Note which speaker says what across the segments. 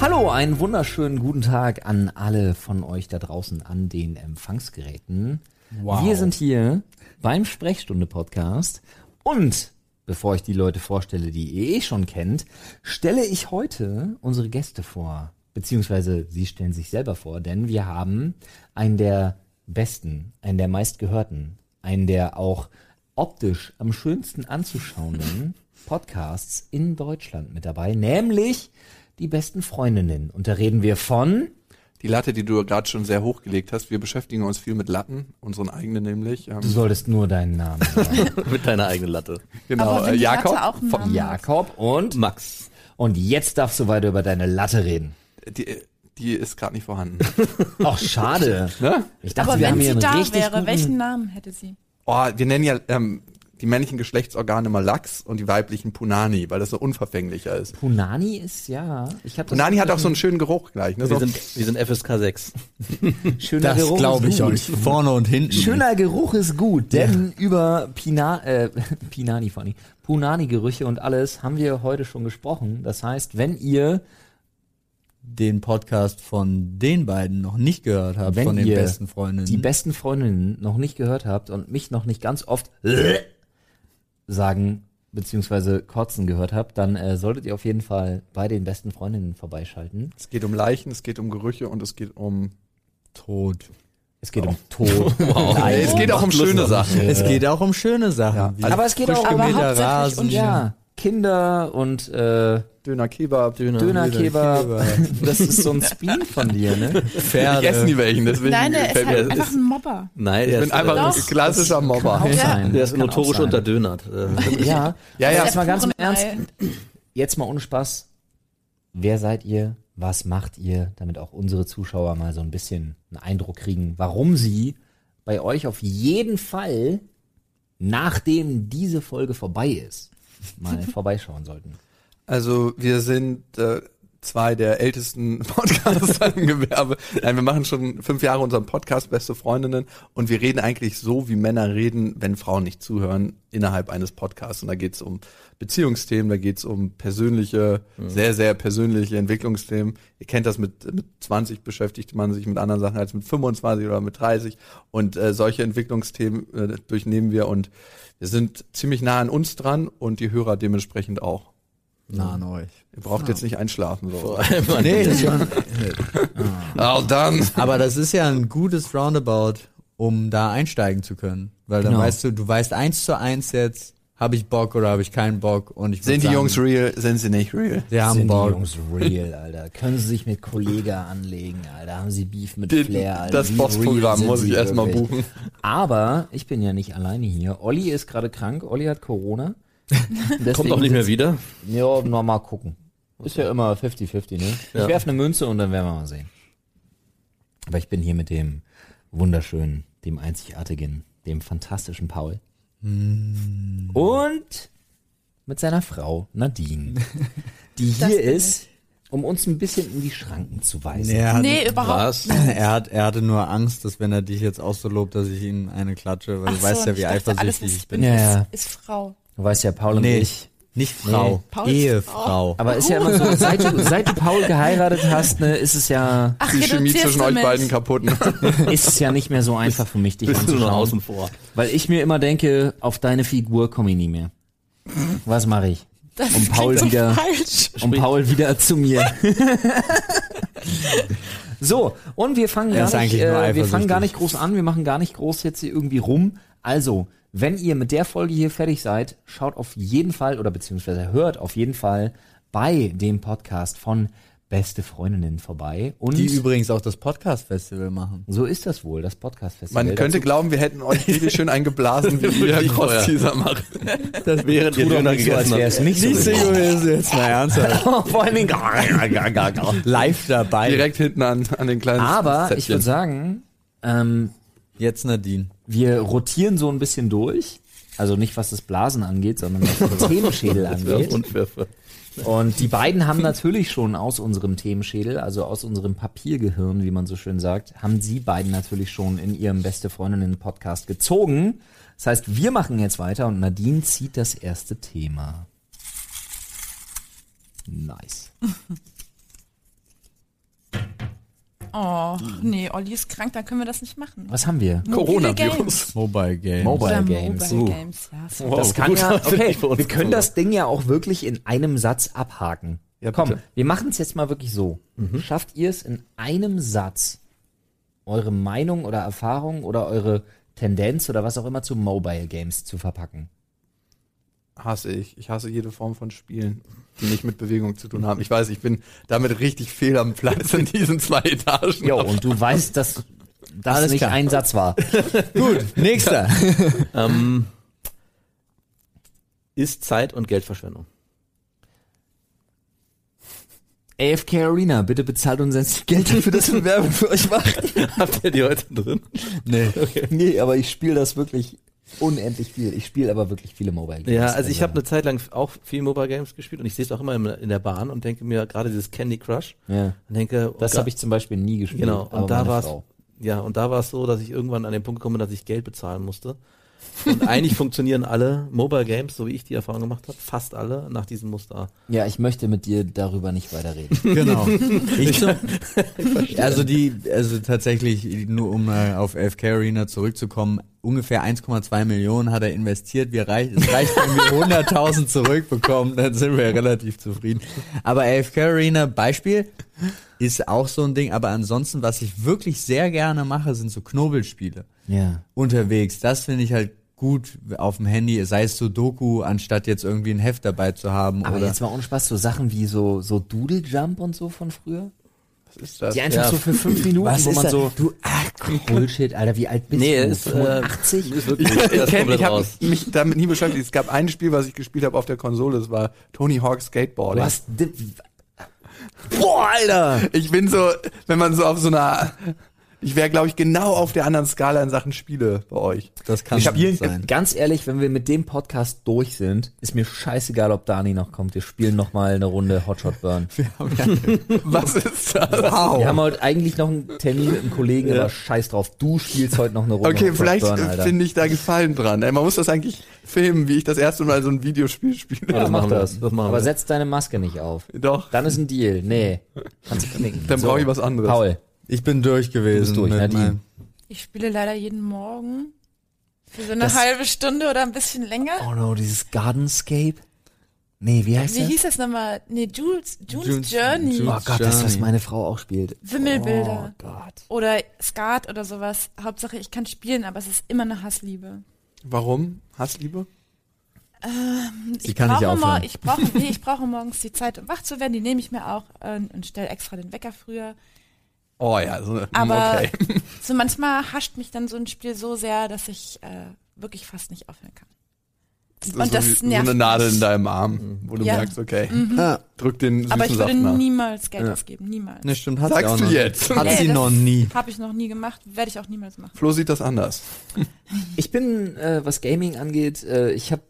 Speaker 1: Hallo, einen wunderschönen guten Tag an alle von euch da draußen an den Empfangsgeräten.
Speaker 2: Wow.
Speaker 1: Wir sind hier beim Sprechstunde-Podcast und bevor ich die Leute vorstelle, die ihr eh schon kennt, stelle ich heute unsere Gäste vor. Beziehungsweise sie stellen sich selber vor, denn wir haben einen der besten, einen der meistgehörten, einen der auch optisch am schönsten anzuschauenden Podcasts in Deutschland mit dabei, nämlich die besten Freundinnen. Und da reden wir von
Speaker 2: Die Latte, die du gerade schon sehr hochgelegt hast, wir beschäftigen uns viel mit Latten, unseren eigenen nämlich. Ähm,
Speaker 1: Du
Speaker 3: Mhm.
Speaker 1: solltest nur deinen Namen sagen.
Speaker 4: Mit deiner eigenen Latte.
Speaker 2: genau,
Speaker 3: Aber
Speaker 2: äh,
Speaker 3: wenn die Latte
Speaker 2: Jakob.
Speaker 3: auch einen
Speaker 2: von,
Speaker 3: Namen-
Speaker 1: Jakob und Max. Und jetzt darfst du weiter über deine Latte reden.
Speaker 2: die, die ist gerade nicht vorhanden.
Speaker 1: Ach, schade.
Speaker 2: ne?
Speaker 1: Ich dachte,
Speaker 3: Aber
Speaker 1: wir haben
Speaker 3: wenn
Speaker 1: hier
Speaker 3: sie
Speaker 1: einen
Speaker 3: da
Speaker 1: richtig
Speaker 3: wäre,
Speaker 1: guten
Speaker 3: welchen Namen hätte sie?
Speaker 2: Oh, wir nennen ja ähm, die männlichen Geschlechtsorgane mal Lachs und die weiblichen Punani, weil das so unverfänglicher ist.
Speaker 1: Punani ist ja. Ich habe
Speaker 2: Punani hat auch so einen schönen Geruch gleich. Ne?
Speaker 4: Wir
Speaker 2: So,
Speaker 4: sind, wir sind FSK 6.
Speaker 1: schöner
Speaker 5: Das
Speaker 1: Geruch
Speaker 5: glaube
Speaker 1: ist
Speaker 5: ich
Speaker 1: gut.
Speaker 5: euch. Vorne und hinten.
Speaker 1: Schöner Geruch ist gut, denn über Pina, äh, Pinani, funny, Punani-Gerüche und alles haben wir heute schon gesprochen. Das heißt, wenn ihr
Speaker 5: Den Podcast von den beiden noch nicht gehört habt,
Speaker 1: Wenn
Speaker 5: von den
Speaker 1: ihr
Speaker 5: besten Freundinnen.
Speaker 2: Mhm.
Speaker 1: die besten Freundinnen noch nicht gehört habt und mich noch nicht ganz oft sagen beziehungsweise kotzen gehört habt, dann äh, solltet ihr auf jeden Fall bei den besten Freundinnen vorbeischalten.
Speaker 2: es geht um Leichen, es geht um Gerüche und es geht um.
Speaker 5: Tod.
Speaker 1: Es geht um Tod.
Speaker 4: Oh,
Speaker 2: Äh, es geht auch um schöne Sachen.
Speaker 5: Es geht auch um schöne Sachen. wie
Speaker 1: Aber es geht auch
Speaker 5: frisch
Speaker 1: um
Speaker 5: gemähter
Speaker 3: hauptsächlich
Speaker 5: Rasen.
Speaker 3: um-
Speaker 1: ja, Kinder und äh,
Speaker 2: Döner Kebab, Döner.
Speaker 1: Dönerkeber. Das ist so ein Spleen von dir, ne?
Speaker 2: Ich esse
Speaker 5: Pferde.
Speaker 2: nie welchen, deswegen
Speaker 3: Nein, er ist
Speaker 2: gefällt mir
Speaker 3: halt
Speaker 2: das.
Speaker 3: einfach ein Mobber.
Speaker 4: Nein,
Speaker 2: Ich
Speaker 4: der
Speaker 2: bin
Speaker 4: ist,
Speaker 2: einfach
Speaker 3: das-
Speaker 2: ein klassischer Mobber.
Speaker 1: Kann auch sein.
Speaker 4: der ist
Speaker 1: Kann auch
Speaker 4: notorisch
Speaker 1: sein.
Speaker 4: unterdönert. Äh,
Speaker 1: Ja,
Speaker 2: Ja,
Speaker 1: aber
Speaker 2: ja.
Speaker 1: Jetzt mal ganz im
Speaker 3: Purem
Speaker 1: Ernst.
Speaker 3: Ei.
Speaker 1: Jetzt mal ohne Spaß. Wer seid ihr? Was macht ihr? Damit auch unsere Zuschauer mal so ein bisschen einen Eindruck kriegen, warum sie bei euch auf jeden Fall, nachdem diese Folge vorbei ist, mal vorbeischauen sollten.
Speaker 2: Also wir sind äh, zwei der ältesten Podcaster im Gewerbe. Nein, wir machen schon fünf Jahre unseren Podcast Beste Freundinnen und wir reden eigentlich so, wie Männer reden, wenn Frauen nicht zuhören, innerhalb eines Podcasts. Und da geht's um Beziehungsthemen, da geht's um persönliche, sehr, sehr persönliche Entwicklungsthemen. Ihr kennt das mit, mit 20 beschäftigt man sich mit anderen Sachen als mit 25 oder mit 30. Und äh, solche Entwicklungsthemen äh, durchnehmen wir und wir sind ziemlich nah an uns dran und die Hörer dementsprechend auch.
Speaker 5: Na, an euch.
Speaker 2: Ihr braucht jetzt nicht einschlafen. So.
Speaker 5: Nee, das ist schon,
Speaker 2: Oh, dann.
Speaker 5: aber das ist ja ein gutes Roundabout, um da einsteigen zu können. Weil dann
Speaker 1: Genau.
Speaker 5: weißt du, du weißt eins zu eins jetzt, habe ich Bock oder habe ich keinen Bock. Und ich würd
Speaker 2: Sind die
Speaker 5: sagen,
Speaker 2: Jungs real? Sind sie nicht real?
Speaker 5: Sie haben
Speaker 1: Sind die
Speaker 5: Bock.
Speaker 1: Jungs real, Alter? Können sie sich mit Kollega anlegen, Alter? Haben sie Beef mit
Speaker 2: Den-
Speaker 1: Flair, Alter?
Speaker 2: das
Speaker 1: Wie real
Speaker 2: Bossprogramm
Speaker 1: sind
Speaker 2: muss
Speaker 1: sie
Speaker 2: ich erstmal
Speaker 1: wirklich?
Speaker 2: buchen.
Speaker 1: Aber ich bin ja nicht alleine hier. Olli ist gerade krank. Olli hat Corona.
Speaker 4: kommt
Speaker 1: Deswegen
Speaker 4: auch nicht mehr wieder.
Speaker 1: Ja, nur mal gucken. Ist ja immer 50-50, ne? Ich
Speaker 4: Ja.
Speaker 1: werf eine Münze und dann werden wir mal sehen. Aber ich bin hier mit dem wunderschönen, dem einzigartigen, dem fantastischen Paul. Und mit seiner Frau Nadine, die
Speaker 3: Das
Speaker 1: hier
Speaker 3: bin
Speaker 1: ist, um uns ein bisschen in die Schranken zu weisen.
Speaker 5: Er hat,
Speaker 3: Nee, überhaupt
Speaker 4: Was?
Speaker 5: er, hat, er hatte nur Angst, dass wenn er dich jetzt auch so lobt, dass ich ihm eine klatsche, weil
Speaker 3: Ach
Speaker 5: du
Speaker 3: so,
Speaker 5: weißt ja,
Speaker 3: ich
Speaker 5: wie
Speaker 3: dachte, alles,
Speaker 5: eifersüchtig
Speaker 3: was
Speaker 5: ich
Speaker 3: ich
Speaker 5: bin.
Speaker 3: bin,
Speaker 1: Ja, ja.
Speaker 3: ist, ist Frau.
Speaker 1: Du weißt ja, Paul und
Speaker 5: Nee,
Speaker 1: ich.
Speaker 5: nicht Frau,
Speaker 3: Paul ist
Speaker 5: Ehefrau.
Speaker 1: Aber ist ja immer so, seit du, seit du Paul geheiratet hast, ne, ist es ja,
Speaker 3: Ach,
Speaker 2: Die Chemie
Speaker 3: reduzierst
Speaker 2: zwischen
Speaker 3: du
Speaker 2: euch
Speaker 3: mich?
Speaker 2: beiden kaputt.
Speaker 1: ist es ja nicht mehr so einfach für mich, dich
Speaker 4: Bist du noch
Speaker 1: anzuschauen.
Speaker 4: außen vor?
Speaker 1: Weil ich mir immer denke, auf deine Figur komme ich nie mehr. Was mache ich?
Speaker 3: Das
Speaker 1: Und Paul
Speaker 3: klingt so
Speaker 1: wieder.
Speaker 3: falsch.
Speaker 1: Und Paul wieder zu mir. so, und wir fangen,
Speaker 5: Er
Speaker 1: gar
Speaker 5: ist
Speaker 1: nicht,
Speaker 5: eigentlich nur
Speaker 1: äh, wir
Speaker 5: eifersüchtig.
Speaker 1: fangen gar nicht groß an, wir machen gar nicht groß jetzt hier irgendwie rum. Also, wenn ihr mit der Folge hier fertig seid, schaut auf jeden Fall oder beziehungsweise hört auf jeden Fall bei dem Podcast von Beste Freundinnen vorbei. Und
Speaker 5: Die übrigens auch das Podcast-Festival machen.
Speaker 1: so ist das wohl, das Podcast-Festival.
Speaker 2: Man könnte glauben, wir hätten euch richtig schön eingeblasen, wie wir
Speaker 4: Wirklich vorher.
Speaker 2: Crossteaser machen.
Speaker 5: Das während
Speaker 4: ihr Döner
Speaker 1: so, als wäre es nicht so.
Speaker 5: Nicht
Speaker 1: gewesen.
Speaker 5: Single jetzt mal ernsthaft.
Speaker 1: Vor allen Dingen.
Speaker 5: Live dabei.
Speaker 2: Direkt hinten an, an den kleinen
Speaker 1: Aber ich
Speaker 2: Zettelchen.
Speaker 1: würde sagen, ähm,
Speaker 5: Jetzt Nadine.
Speaker 1: wir rotieren so ein bisschen durch. Also nicht, was das Blasen angeht, sondern was den Themenschädel angeht.
Speaker 4: Unwürfe.
Speaker 1: Und die beiden haben natürlich schon aus unserem Themenschädel, also aus unserem Papiergehirn, wie man so schön sagt, haben sie beiden natürlich schon in ihrem Beste Freundinnen-Podcast gezogen. Das heißt, wir machen jetzt weiter und Nadine zieht das erste Thema. Nice.
Speaker 3: Oh, nee, Olli ist krank, dann können wir das nicht machen.
Speaker 1: Was haben wir?
Speaker 3: Mobile
Speaker 2: Coronavirus.
Speaker 5: Mobile Game.
Speaker 1: Mobile
Speaker 3: Oder
Speaker 1: Games.
Speaker 3: Mobile
Speaker 1: Uh.
Speaker 3: Games, ja.
Speaker 2: Wow,
Speaker 1: das kann
Speaker 2: gut,
Speaker 1: ja,
Speaker 2: das
Speaker 1: okay,
Speaker 2: bei uns
Speaker 1: wir können das Ding ja auch wirklich in einem Satz abhaken.
Speaker 2: Ja,
Speaker 1: Komm,
Speaker 2: bitte.
Speaker 1: wir machen es jetzt mal wirklich so. Schafft ihr es in einem Satz, eure Meinung oder Erfahrung oder eure Tendenz oder was auch immer zu Mobile Games zu verpacken?
Speaker 2: hasse ich. Ich hasse jede Form von Spielen, die nicht mit Bewegung zu tun haben. Ich weiß, ich bin damit richtig fehl am Platz in diesen zwei Etagen.
Speaker 1: Jo, und du weißt, dass das
Speaker 5: Alles
Speaker 1: nicht
Speaker 5: klar.
Speaker 1: ein Satz war.
Speaker 5: Gut, nächster.
Speaker 4: Ähm, ist Zeit und Geldverschwendung.
Speaker 1: AFK Arena, bitte bezahlt uns jetzt Geld dafür, dass wir Werbung für euch machen.
Speaker 4: Habt ihr die heute drin?
Speaker 5: Nee.
Speaker 1: Nee, aber ich spiele das wirklich unendlich viel. Ich spiele aber wirklich viele Mobile Games.
Speaker 4: Ja, also ich habe eine Zeit lang auch viel Mobile Games gespielt und ich sehe es auch immer im- in der Bahn und denke mir gerade dieses Candy Crush
Speaker 1: Ja.
Speaker 4: und denke,
Speaker 1: Das habe ich zum Beispiel nie gespielt.
Speaker 4: Genau, und
Speaker 1: aber
Speaker 4: da
Speaker 1: meine
Speaker 4: war's-
Speaker 1: Frau.
Speaker 4: Ja, und da war es so, dass ich irgendwann an den Punkt gekommen bin, dass ich Geld bezahlen musste. Und eigentlich funktionieren alle Mobile Games, so wie ich die Erfahrung gemacht habe, fast alle nach diesem Muster.
Speaker 1: Ja, ich möchte mit dir darüber nicht weiterreden.
Speaker 5: Genau. Ich zum, also die, also tatsächlich, nur um mal auf FK Arena zurückzukommen, ungefähr 1,2 Millionen hat er investiert. Wir reich, es reicht, wenn wir 100.000 zurückbekommen, dann sind wir relativ zufrieden. Aber AFK Arena Beispiel ist auch so ein Ding. Aber ansonsten, was ich wirklich sehr gerne mache, sind so Knobelspiele
Speaker 1: ja.
Speaker 5: unterwegs. Das finde ich halt gut auf dem Handy, sei es Sudoku, anstatt jetzt irgendwie ein Heft dabei zu haben.
Speaker 1: Aber
Speaker 5: oder
Speaker 1: jetzt mal ohne Spaß, so Sachen wie so, so Doodle Jump und so von früher.
Speaker 2: Was ist das?
Speaker 1: Die einfach
Speaker 4: Ja.
Speaker 1: so für fünf Minuten,
Speaker 5: Was
Speaker 1: wo
Speaker 5: ist
Speaker 1: man
Speaker 5: das?
Speaker 1: so. Du, ach, Bullshit, Alter, wie alt bist
Speaker 4: Nee,
Speaker 1: du?
Speaker 4: ist, äh,
Speaker 1: 85?
Speaker 4: Ist wirklich,
Speaker 2: Ich,
Speaker 4: das
Speaker 2: kenn-
Speaker 4: komplett
Speaker 2: ich habe
Speaker 4: raus.
Speaker 2: mich damit nie beschäftigt. Es gab ein Spiel, was ich gespielt habe auf der Konsole. Das war Tony Hawk Skateboarding.
Speaker 1: du hast. di- Boah, Alter!
Speaker 2: Ich bin so, wenn man so auf so einer, ich wäre glaube ich genau auf der anderen Skala in Sachen Spiele bei euch.
Speaker 5: das kann
Speaker 1: Spielen,
Speaker 5: sein.
Speaker 1: ganz ehrlich, wenn wir mit dem Podcast durch sind, ist mir scheißegal, ob Dani noch kommt. Wir spielen noch mal eine Runde Hotshot Burn.
Speaker 2: Was ist das?
Speaker 1: Wir
Speaker 5: Wow.
Speaker 1: haben heute eigentlich noch einen Termin mit einem Kollegen, aber scheiß drauf. Du spielst heute noch eine Runde
Speaker 2: Okay, vielleicht
Speaker 1: Burn,
Speaker 2: äh,
Speaker 1: Alter.
Speaker 2: finde ich da Gefallen dran. Ey, man muss das eigentlich filmen, wie ich das erste Mal so ein Videospiel spiele.
Speaker 1: Ja,
Speaker 4: das
Speaker 1: mach
Speaker 4: machen wir.
Speaker 1: das.
Speaker 4: Das machen
Speaker 1: aber
Speaker 4: wir.
Speaker 1: setz deine Maske nicht auf.
Speaker 2: Doch,
Speaker 1: Dann ist ein Deal. Nee. Kannst du knicken.
Speaker 2: dann brauche ich was anderes.
Speaker 1: Paul,
Speaker 5: Ich bin durch ne, gewesen.
Speaker 1: bist durch, ne?
Speaker 5: mit
Speaker 1: Nadine.
Speaker 5: meinem-
Speaker 3: Ich spiele leider jeden Morgen für so eine
Speaker 1: Das-
Speaker 3: halbe Stunde oder ein bisschen länger.
Speaker 1: Oh no, dieses Gardenscape. Nee, wie heißt
Speaker 3: Wie hieß das nochmal? Nee, Jules, Jules, Journey,
Speaker 5: Jules-
Speaker 1: das? Oh Gott, das, was
Speaker 5: Journey.
Speaker 1: meine Frau auch spielt.
Speaker 3: Wimmelbilder
Speaker 1: Oh Gott.
Speaker 3: oder Skat oder sowas. Hauptsache, ich kann spielen, aber es ist immer eine Hassliebe.
Speaker 2: Warum? Hassliebe?
Speaker 5: Sie kann nicht
Speaker 3: brauche
Speaker 5: aufhören.
Speaker 3: mor- ich brauche nee, ich brauche morgens die Zeit, um wach zu werden. Die nehme ich mir auch äh, und stelle extra den Wecker früher.
Speaker 2: Oh ja, so eine,
Speaker 3: Aber
Speaker 2: okay.
Speaker 3: so manchmal hascht mich dann so ein Spiel so sehr, dass ich äh, wirklich fast nicht aufhören kann.
Speaker 2: Das
Speaker 3: und
Speaker 2: ist
Speaker 3: das
Speaker 2: so, wie, so
Speaker 3: nervt
Speaker 2: eine Nadel
Speaker 3: mich.
Speaker 2: in deinem Arm, wo du
Speaker 3: Ja. Mhm.
Speaker 2: merkst, okay,
Speaker 4: Mhm.
Speaker 5: Ah,
Speaker 2: drück den süßen
Speaker 3: Aber ich würde
Speaker 2: Saft nach.
Speaker 3: niemals Geld
Speaker 2: Ja.
Speaker 3: ausgeben, niemals.
Speaker 5: ne, stimmt, hat sie auch
Speaker 2: Sagst du
Speaker 5: noch.
Speaker 2: jetzt?
Speaker 5: Hat
Speaker 3: Nee,
Speaker 5: sie
Speaker 3: das-
Speaker 5: noch nie.
Speaker 3: Habe ich noch nie gemacht, werde ich auch niemals machen.
Speaker 2: Flo sieht das anders.
Speaker 1: Ich bin, äh, was Gaming angeht, äh, ich habe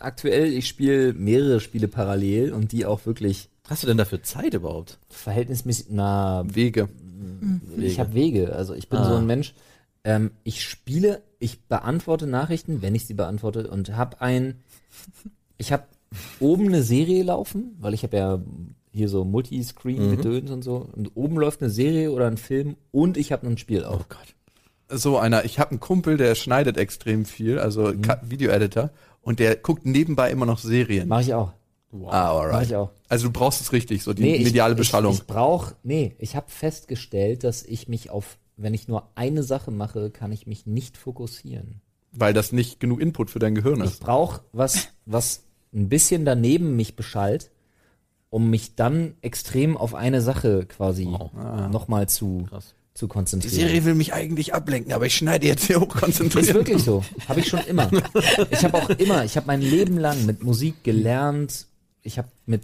Speaker 1: aktuell, ich spiele mehrere Spiele parallel und die auch wirklich
Speaker 4: Hast du denn dafür Zeit überhaupt?
Speaker 1: verhältnismäßig, na,
Speaker 2: Wege.
Speaker 1: Ich habe Wege. Also ich bin
Speaker 4: Ah.
Speaker 1: so ein Mensch. Ähm, ich spiele, ich beantworte Nachrichten, wenn ich sie beantworte, und habe ein. Ich habe oben eine Serie laufen, weil ich habe ja hier so
Speaker 2: Mhm.
Speaker 1: Multiscreen-Gedöns und so. Und oben läuft eine Serie oder ein Film und ich habe ein Spiel
Speaker 2: Oh,
Speaker 1: auch.
Speaker 2: so einer, ich habe einen Kumpel, der schneidet extrem viel, also Ka- Video-Editor, und der guckt nebenbei immer noch Serien.
Speaker 1: Mach ich auch.
Speaker 2: Ah,
Speaker 1: Mach
Speaker 2: alright.
Speaker 1: ich auch.
Speaker 2: Also du brauchst es richtig, so die
Speaker 1: Nee, ich-
Speaker 2: mediale
Speaker 1: ich,
Speaker 2: Beschallung.
Speaker 1: Ich, ich brauche, nee, ich habe festgestellt, dass ich mich auf, wenn ich nur eine Sache mache, kann ich mich nicht fokussieren.
Speaker 2: weil das nicht genug Input für dein Gehirn
Speaker 1: Ich
Speaker 2: ist.
Speaker 1: brauche was, was ein bisschen daneben mich beschallt, um mich dann extrem auf eine Sache quasi Ah. nochmal zu,
Speaker 4: Krass.
Speaker 1: zu konzentrieren.
Speaker 2: will mich eigentlich ablenken, aber ich schneide jetzt hier
Speaker 1: Ist
Speaker 2: hochkonzentriert.
Speaker 1: wirklich so. Habe ich schon immer. Ich habe auch immer, ich habe mein Leben lang mit Musik gelernt. Ich habe mit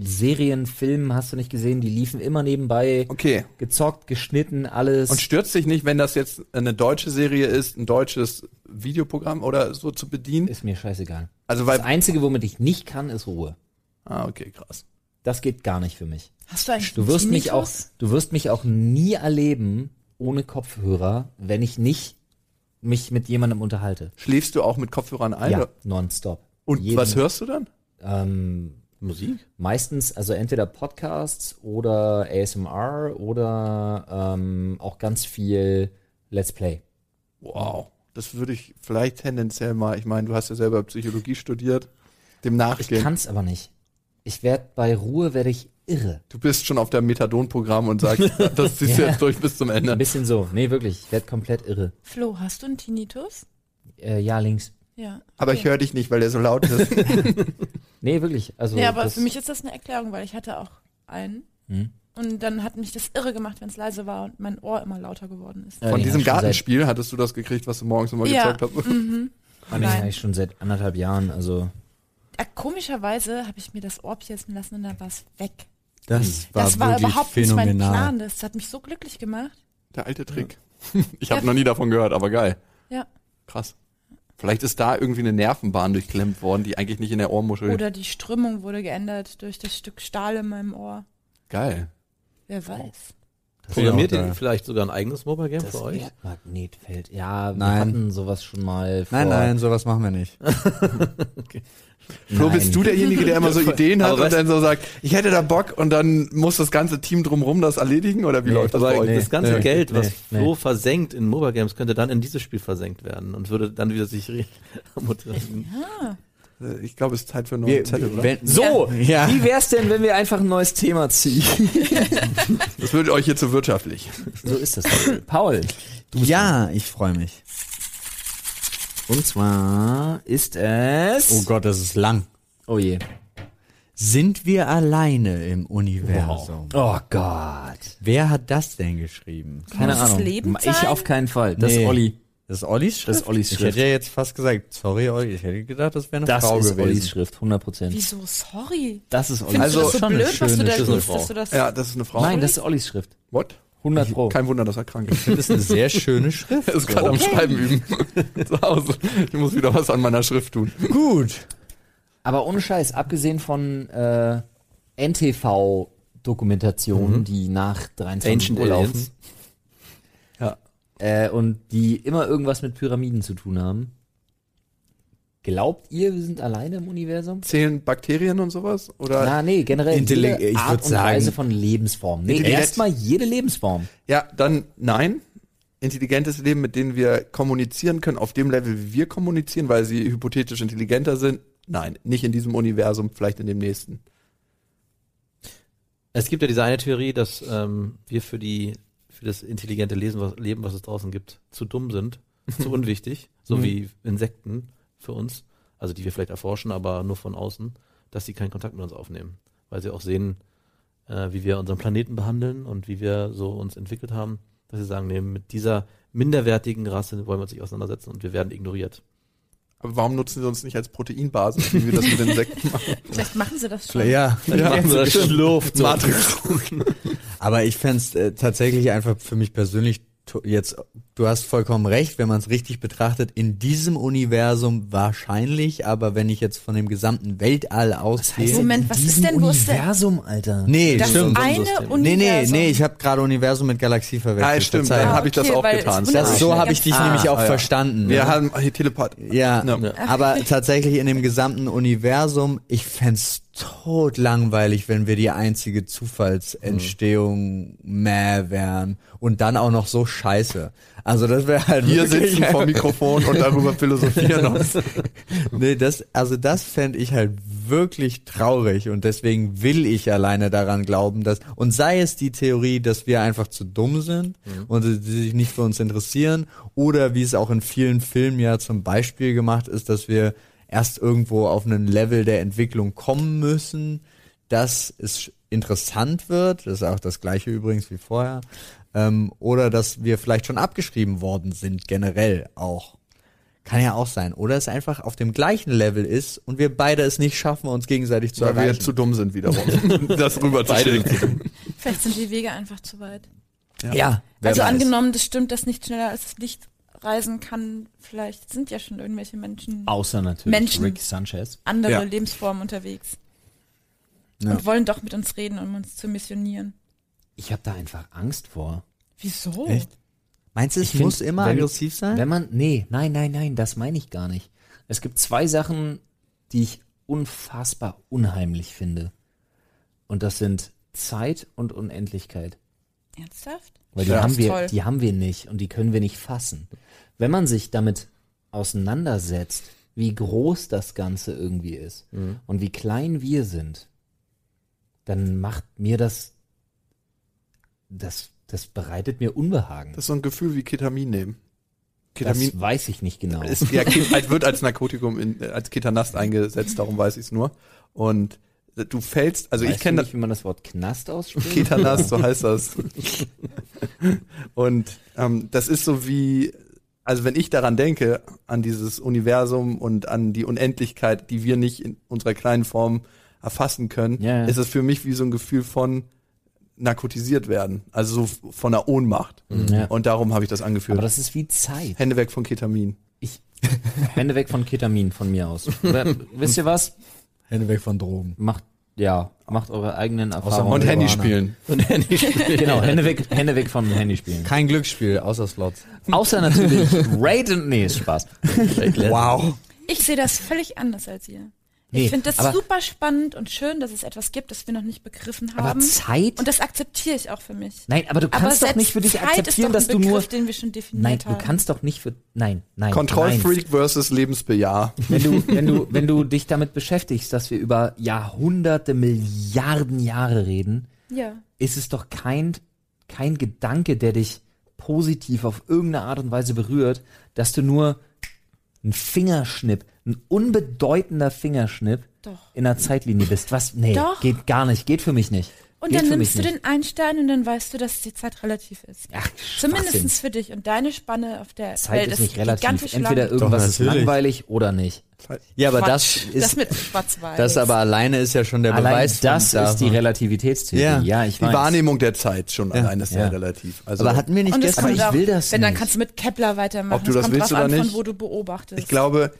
Speaker 1: Serien, Filmen, hast du nicht gesehen, die liefen immer nebenbei.
Speaker 2: Okay.
Speaker 1: Gezockt, geschnitten, alles.
Speaker 2: Und stürzt dich nicht, wenn das jetzt eine deutsche Serie ist, ein deutsches Videoprogramm oder so zu bedienen?
Speaker 1: ist mir scheißegal.
Speaker 2: Also
Speaker 1: Das
Speaker 2: weil.
Speaker 1: Einzige, womit ich nicht kann, ist Ruhe.
Speaker 2: Ah, okay, krass.
Speaker 1: Das geht gar nicht für mich.
Speaker 3: Hast du eigentlich
Speaker 1: Du wirst mich auch,
Speaker 3: Tinnitus?
Speaker 1: du wirst mich auch nie erleben ohne Kopfhörer, wenn ich nicht mich mit jemandem unterhalte.
Speaker 2: Schläfst du auch mit Kopfhörern ein?
Speaker 1: Ja, nonstop.
Speaker 2: Und
Speaker 1: Jeden-
Speaker 2: was hörst du dann?
Speaker 1: Ähm,
Speaker 4: Musik?
Speaker 1: Meistens, also entweder Podcasts oder ASMR oder ähm, auch ganz viel Let's Play.
Speaker 2: Wow. Das würde ich vielleicht tendenziell mal, ich meine, du hast ja selber Psychologie studiert, dem
Speaker 1: Ich
Speaker 2: nachgehen.
Speaker 1: kann's aber nicht. Ich werd bei Ruhe werde ich irre.
Speaker 2: Du bist schon auf der Methadon-Programm und sagst, das ziehst du
Speaker 1: Ja.
Speaker 2: jetzt durch bis zum
Speaker 1: Ein
Speaker 2: Ende.
Speaker 1: bisschen so. Nee, wirklich. Ich werd komplett irre.
Speaker 3: Flo, hast du einen Tinnitus?
Speaker 1: Äh, ja, links.
Speaker 3: Ja.
Speaker 2: Aber ich höre dich nicht, weil der so laut ist.
Speaker 1: Nee, wirklich. Also
Speaker 3: Ja, aber
Speaker 1: das-
Speaker 3: für mich ist das eine Erklärung, weil ich hatte auch einen.
Speaker 1: Hm.
Speaker 3: Und dann hat mich das irre gemacht, wenn es leise war und mein Ohr immer lauter geworden ist.
Speaker 1: Äh,
Speaker 2: Von
Speaker 1: den hab
Speaker 2: diesem
Speaker 1: ich schon
Speaker 2: Gartenspiel hattest du das gekriegt, was du morgens immer
Speaker 3: Ja.
Speaker 2: gezockt hast.
Speaker 3: Mhm.
Speaker 1: Seit, den hab ich schon seit anderthalb Jahren. Also
Speaker 3: Ja, Äh, komischerweise habe ich mir das Ohr piercen lassen und dann war es weg.
Speaker 5: Das war,
Speaker 3: das war
Speaker 5: wirklich
Speaker 3: überhaupt
Speaker 5: phänomenal.
Speaker 3: nicht mein Plan. Das hat mich so glücklich gemacht.
Speaker 2: Der alte Trick. Ich habe noch nie davon gehört, aber geil.
Speaker 3: Ja.
Speaker 2: Krass. Vielleicht ist da irgendwie eine Nervenbahn durchklemmt worden, die eigentlich nicht in der Ohrmuschel.
Speaker 3: Oder die Strömung wurde geändert durch das Stück Stahl in meinem Ohr.
Speaker 2: geil.
Speaker 3: Wer weiß.
Speaker 4: Programmiert
Speaker 5: Ja,
Speaker 4: ihr
Speaker 5: da-
Speaker 4: vielleicht sogar ein eigenes Mobile Game für euch?
Speaker 1: Magnetfeld. Ja, wir
Speaker 5: Nein.
Speaker 1: hatten sowas schon mal. Vor
Speaker 5: Nein, nein, sowas machen wir nicht.
Speaker 2: Flo, bist du derjenige, der immer so Ideen hat
Speaker 4: Aber
Speaker 2: und
Speaker 4: was-
Speaker 2: dann so sagt, ich hätte da Bock und dann muss das ganze Team drumrum das erledigen oder wie
Speaker 1: Nee,
Speaker 2: läuft das bei
Speaker 4: Aber
Speaker 2: euch?
Speaker 4: das ganze
Speaker 5: nee,
Speaker 4: Geld, was
Speaker 1: nee,
Speaker 4: Flo versenkt in Mobile Games, könnte dann in dieses Spiel versenkt werden und würde dann wieder sich re- motivieren.
Speaker 2: Äh, Ich glaube, es ist Zeit für einen neuen
Speaker 5: Wir,
Speaker 2: Zettel, oder?
Speaker 5: wenn,
Speaker 1: So,
Speaker 5: Ja.
Speaker 1: wie wär's denn, wenn wir einfach ein neues Thema ziehen?
Speaker 2: Das wird euch hier zu wirtschaftlich.
Speaker 1: So ist das. Paul.
Speaker 5: ja, ich freue mich.
Speaker 1: Und zwar ist
Speaker 5: Oh
Speaker 1: es.
Speaker 5: Gott, das ist lang.
Speaker 1: Oh je.
Speaker 5: Sind wir alleine im Universum?
Speaker 1: Oh Gott.
Speaker 5: Wer hat das denn geschrieben?
Speaker 1: Keine
Speaker 3: Muss es
Speaker 1: Ahnung.
Speaker 3: Leben
Speaker 1: ich
Speaker 3: sein?
Speaker 1: auf keinen Fall. Das
Speaker 5: Nee.
Speaker 1: ist Olli.
Speaker 5: Das ist Ollis Schrift?
Speaker 1: Das ist Ollis
Speaker 5: Ich
Speaker 1: Schrift.
Speaker 5: hätte ja jetzt fast gesagt, sorry Olli, ich hätte gedacht, das wäre eine
Speaker 1: Das
Speaker 5: Frau
Speaker 1: ist
Speaker 5: gewesen.
Speaker 1: Ollis Schrift, 100 Prozent.
Speaker 3: Wieso? Sorry.
Speaker 1: Das ist Ollis
Speaker 2: Also-
Speaker 3: Findest also, du das so
Speaker 5: schon eine
Speaker 3: blöd, was du
Speaker 5: schöne
Speaker 3: da
Speaker 5: Schüssel,
Speaker 3: tust,
Speaker 4: Frau.
Speaker 3: dass du das...
Speaker 2: Ja, das ist eine Frau.
Speaker 1: Nein, das ist Ollis Schrift.
Speaker 2: What?
Speaker 1: 100 Pro.
Speaker 2: Kein Wunder, dass er krank ist.
Speaker 5: Das ist eine sehr schöne Schrift. Oh,
Speaker 2: Er ist gerade am Schreiben üben. zu Hause. Ich muss wieder was an meiner Schrift tun.
Speaker 5: Gut.
Speaker 1: Aber ohne Scheiß, abgesehen von äh, NTV-Dokumentationen, die nach 23
Speaker 4: Ancient
Speaker 1: Uhr laufen
Speaker 4: Aliens.
Speaker 2: Ja.
Speaker 1: äh, und die immer irgendwas mit Pyramiden zu tun haben, glaubt ihr, wir sind alleine im Universum?
Speaker 2: Zählen Bakterien und sowas? Oder?
Speaker 1: Na, nee, generell
Speaker 5: Intelli-
Speaker 1: jede
Speaker 5: ich
Speaker 1: Art
Speaker 5: würd
Speaker 1: und
Speaker 5: sagen-
Speaker 1: Weise von Lebensformen. Nee,
Speaker 2: Intelligenz-
Speaker 1: erstmal jede Lebensform.
Speaker 2: Ja, dann nein. Intelligentes Leben, mit denen wir kommunizieren können, auf dem Level, wie wir kommunizieren, weil sie hypothetisch intelligenter sind. Nein, nicht in diesem Universum, vielleicht in dem nächsten.
Speaker 4: Es gibt ja diese eine Theorie, dass ähm, wir für die für das intelligente Lesen, was, Leben, was es draußen gibt, zu dumm sind, zu unwichtig, so wie Insekten für uns, also die wir vielleicht erforschen, aber nur von außen, dass sie keinen Kontakt mit uns aufnehmen, weil sie auch sehen, äh, wie wir unseren Planeten behandeln und wie wir so uns entwickelt haben, dass sie sagen, nee, mit dieser minderwertigen Rasse wollen wir uns nicht auseinandersetzen und wir werden ignoriert.
Speaker 2: Aber warum nutzen sie uns nicht als Proteinbasis, wie wir das mit Insekten machen?
Speaker 3: Vielleicht machen sie das schon.
Speaker 5: Ja.
Speaker 4: Dann machen sie Also das schlurft so.
Speaker 2: Matrix.
Speaker 5: Aber ich fänd's äh, tatsächlich einfach für mich persönlich to- jetzt, du hast vollkommen recht, wenn man es richtig betrachtet, in diesem Universum wahrscheinlich, aber wenn ich jetzt von dem gesamten Weltall ausgehe.
Speaker 3: Moment, was ist denn, wo ist der...
Speaker 1: Universum, Alter.
Speaker 5: Nee,
Speaker 3: Das
Speaker 5: stimmt.
Speaker 3: eine Universum.
Speaker 5: Nee, nee, nee, ich habe gerade Universum mit Galaxie verwechselt.
Speaker 2: Ah, stimmt,
Speaker 5: Verzeihung.
Speaker 2: dann
Speaker 3: Ah,
Speaker 2: habe ich das
Speaker 3: okay,
Speaker 2: auch
Speaker 3: weil es
Speaker 2: getan.
Speaker 3: wundert
Speaker 5: Das,
Speaker 3: mich
Speaker 5: so
Speaker 3: schon
Speaker 5: habe
Speaker 3: ganz-
Speaker 5: ich dich
Speaker 3: Ah,
Speaker 5: nämlich auch
Speaker 2: ja.
Speaker 5: verstanden.
Speaker 2: Wir
Speaker 5: ne?
Speaker 2: haben hier Telepath.
Speaker 5: ja.
Speaker 2: Ja.
Speaker 5: Aber tatsächlich in dem gesamten Universum, ich fänd's tot langweilig, wenn wir die einzige Zufallsentstehung mehr wären. Und dann auch noch so scheiße. Also das wäre halt
Speaker 2: Hier
Speaker 5: wirklich-
Speaker 2: sitzen vor Mikrofon und darüber philosophieren uns.
Speaker 5: Nee, das, also das fände ich halt wirklich traurig und deswegen will ich alleine daran glauben, dass, und sei es die Theorie, dass wir einfach zu dumm sind und sie sie sich nicht für uns interessieren oder wie es auch in vielen Filmen ja zum Beispiel gemacht ist, dass wir erst irgendwo auf einen Level der Entwicklung kommen müssen, dass es interessant wird, das ist auch das gleiche übrigens wie vorher, ähm, oder dass wir vielleicht schon abgeschrieben worden sind, generell auch. Kann ja auch sein. Oder es einfach auf dem gleichen Level ist und wir beide es nicht schaffen, uns gegenseitig zu
Speaker 2: Weil wir
Speaker 5: erreichen.
Speaker 2: zu dumm sind wiederum, das rüberzuschicken.
Speaker 3: Vielleicht sind die Wege einfach zu weit.
Speaker 5: ja, wer
Speaker 3: also
Speaker 5: weiß.
Speaker 3: angenommen, das stimmt, dass nicht schneller als das Licht reisen kann. Vielleicht sind ja schon irgendwelche Menschen
Speaker 1: Außer natürlich
Speaker 3: Menschen.
Speaker 1: Rick Sanchez.
Speaker 3: andere
Speaker 2: Ja.
Speaker 3: Lebensformen unterwegs.
Speaker 5: Ja.
Speaker 3: Und wollen doch mit uns reden, um uns zu missionieren.
Speaker 1: Ich habe da einfach Angst vor.
Speaker 3: Wieso?
Speaker 5: Echt? Meinst du, es
Speaker 1: Ich find,
Speaker 5: muss immer
Speaker 1: wenn-
Speaker 5: aggressiv sein?
Speaker 1: Wenn man, nee, nein, nein, nein, das meine ich gar nicht. Es gibt zwei Sachen, die ich unfassbar unheimlich finde. Und das sind Zeit und Unendlichkeit.
Speaker 3: Ernsthaft?
Speaker 1: Weil die
Speaker 2: Ja.
Speaker 1: haben
Speaker 3: Das ist
Speaker 1: wir,
Speaker 3: toll.
Speaker 1: die haben wir nicht und die können wir nicht fassen. Wenn man sich damit auseinandersetzt, wie groß das Ganze irgendwie ist
Speaker 2: Mhm.
Speaker 1: und wie klein wir sind, dann macht mir das, das, das bereitet mir Unbehagen.
Speaker 2: Das ist so ein Gefühl wie Ketamin nehmen.
Speaker 1: Das
Speaker 2: Ketamin
Speaker 1: weiß ich nicht genau.
Speaker 2: ist, ja, Ket- als- wird als Narkotikum, in, äh, als Ketanast eingesetzt, darum weiß ich es nur. Und äh, du fällst, also ich
Speaker 1: Weißt du
Speaker 2: kenne das
Speaker 1: nicht, wie man das Wort Knast ausspricht.
Speaker 2: Ketanas, so heißt das. Und ähm, das ist so wie, also wenn ich daran denke, an dieses Universum und an die Unendlichkeit, die wir nicht in unserer kleinen Form erfassen können,
Speaker 1: Ja, ja.
Speaker 2: ist es für mich wie so ein Gefühl von narkotisiert werden, also so von einer Ohnmacht.
Speaker 1: Mhm. Ja.
Speaker 2: Und darum habe ich das angeführt.
Speaker 1: Aber das ist wie Zeit.
Speaker 2: Hände weg von Ketamin.
Speaker 1: Ich, Hände weg von Ketamin von mir aus. Oder, wisst ihr was?
Speaker 5: Hände weg von Drogen.
Speaker 1: Macht, ja, macht eure eigenen Erfahrungen.
Speaker 2: Und Handy
Speaker 5: Marihuana.
Speaker 2: spielen.
Speaker 1: Oh,
Speaker 4: Und Handy
Speaker 1: Genau, Hände weg, Hände weg von Handy spielen.
Speaker 5: Kein Glücksspiel, außer Slots.
Speaker 1: Außer natürlich Raid und nee, ist Spaß.
Speaker 5: Wow.
Speaker 3: Ich sehe das völlig anders als ihr.
Speaker 1: Nee,
Speaker 3: ich finde das
Speaker 1: aber-
Speaker 3: super spannend und schön, dass es etwas gibt, das wir noch nicht begriffen
Speaker 1: Aber
Speaker 3: haben.
Speaker 1: Zeit?
Speaker 3: Und das akzeptiere ich auch für mich.
Speaker 1: Nein, aber du kannst doch
Speaker 3: selbst
Speaker 1: nicht für dich
Speaker 3: Zeit ist doch
Speaker 1: akzeptieren,
Speaker 3: ein
Speaker 1: dass du nur
Speaker 3: Begriff, den wir schon definiert
Speaker 1: Nein,
Speaker 3: haben.
Speaker 1: du kannst doch nicht für nein, nein. nein.
Speaker 2: Kontrollfreak versus Lebensbejahr.
Speaker 1: Wenn du wenn du wenn du dich damit beschäftigst, dass wir über Jahrhunderte, Milliarden Jahre reden,
Speaker 3: Ja.
Speaker 1: ist es doch kein, kein Gedanke, der dich positiv auf irgendeine Art und Weise berührt, dass du nur ein Fingerschnipp, ein unbedeutender Fingerschnipp
Speaker 3: Doch.
Speaker 1: in der Zeitlinie bist. Was? Nee,
Speaker 3: Doch.
Speaker 1: geht gar nicht, geht für mich nicht.
Speaker 3: Und
Speaker 1: geht
Speaker 3: dann
Speaker 1: für
Speaker 3: nimmst du
Speaker 1: mich
Speaker 3: den Einstein und dann weißt du, dass die Zeit relativ ist.
Speaker 1: Ach, Schwachsinn.
Speaker 3: Zumindest für dich und deine Spanne auf der
Speaker 1: Zeit
Speaker 3: Welt
Speaker 1: ist nicht
Speaker 3: gigantisch
Speaker 1: relativ.
Speaker 3: lang.
Speaker 1: Entweder irgendwas ist
Speaker 5: natürlich.
Speaker 1: langweilig oder nicht.
Speaker 5: Ja, aber
Speaker 3: Quatsch.
Speaker 5: das ist,
Speaker 3: das mit Schwarzwald.
Speaker 5: das aber alleine ist ja schon der
Speaker 1: Allein
Speaker 5: Beweis.
Speaker 1: das
Speaker 5: von
Speaker 1: ist die
Speaker 5: davon.
Speaker 1: Relativitätstheorie. Ja,
Speaker 5: Ja.
Speaker 1: ich
Speaker 2: Die
Speaker 1: weiß.
Speaker 2: Wahrnehmung der Zeit schon allein ist ja,
Speaker 1: Ja.
Speaker 2: relativ. Also
Speaker 5: Aber hatten wir nicht
Speaker 3: und es
Speaker 5: gestern...
Speaker 3: kommt
Speaker 1: ich
Speaker 3: auch,
Speaker 1: will das
Speaker 3: wenn, dann
Speaker 1: nicht.
Speaker 3: kannst du mit Kepler weitermachen.
Speaker 2: Ob du
Speaker 3: Es
Speaker 2: das
Speaker 3: kommt
Speaker 2: willst
Speaker 3: drauf
Speaker 2: oder
Speaker 3: an,
Speaker 2: nicht.
Speaker 3: von wo du beobachtest.
Speaker 2: Ich glaube,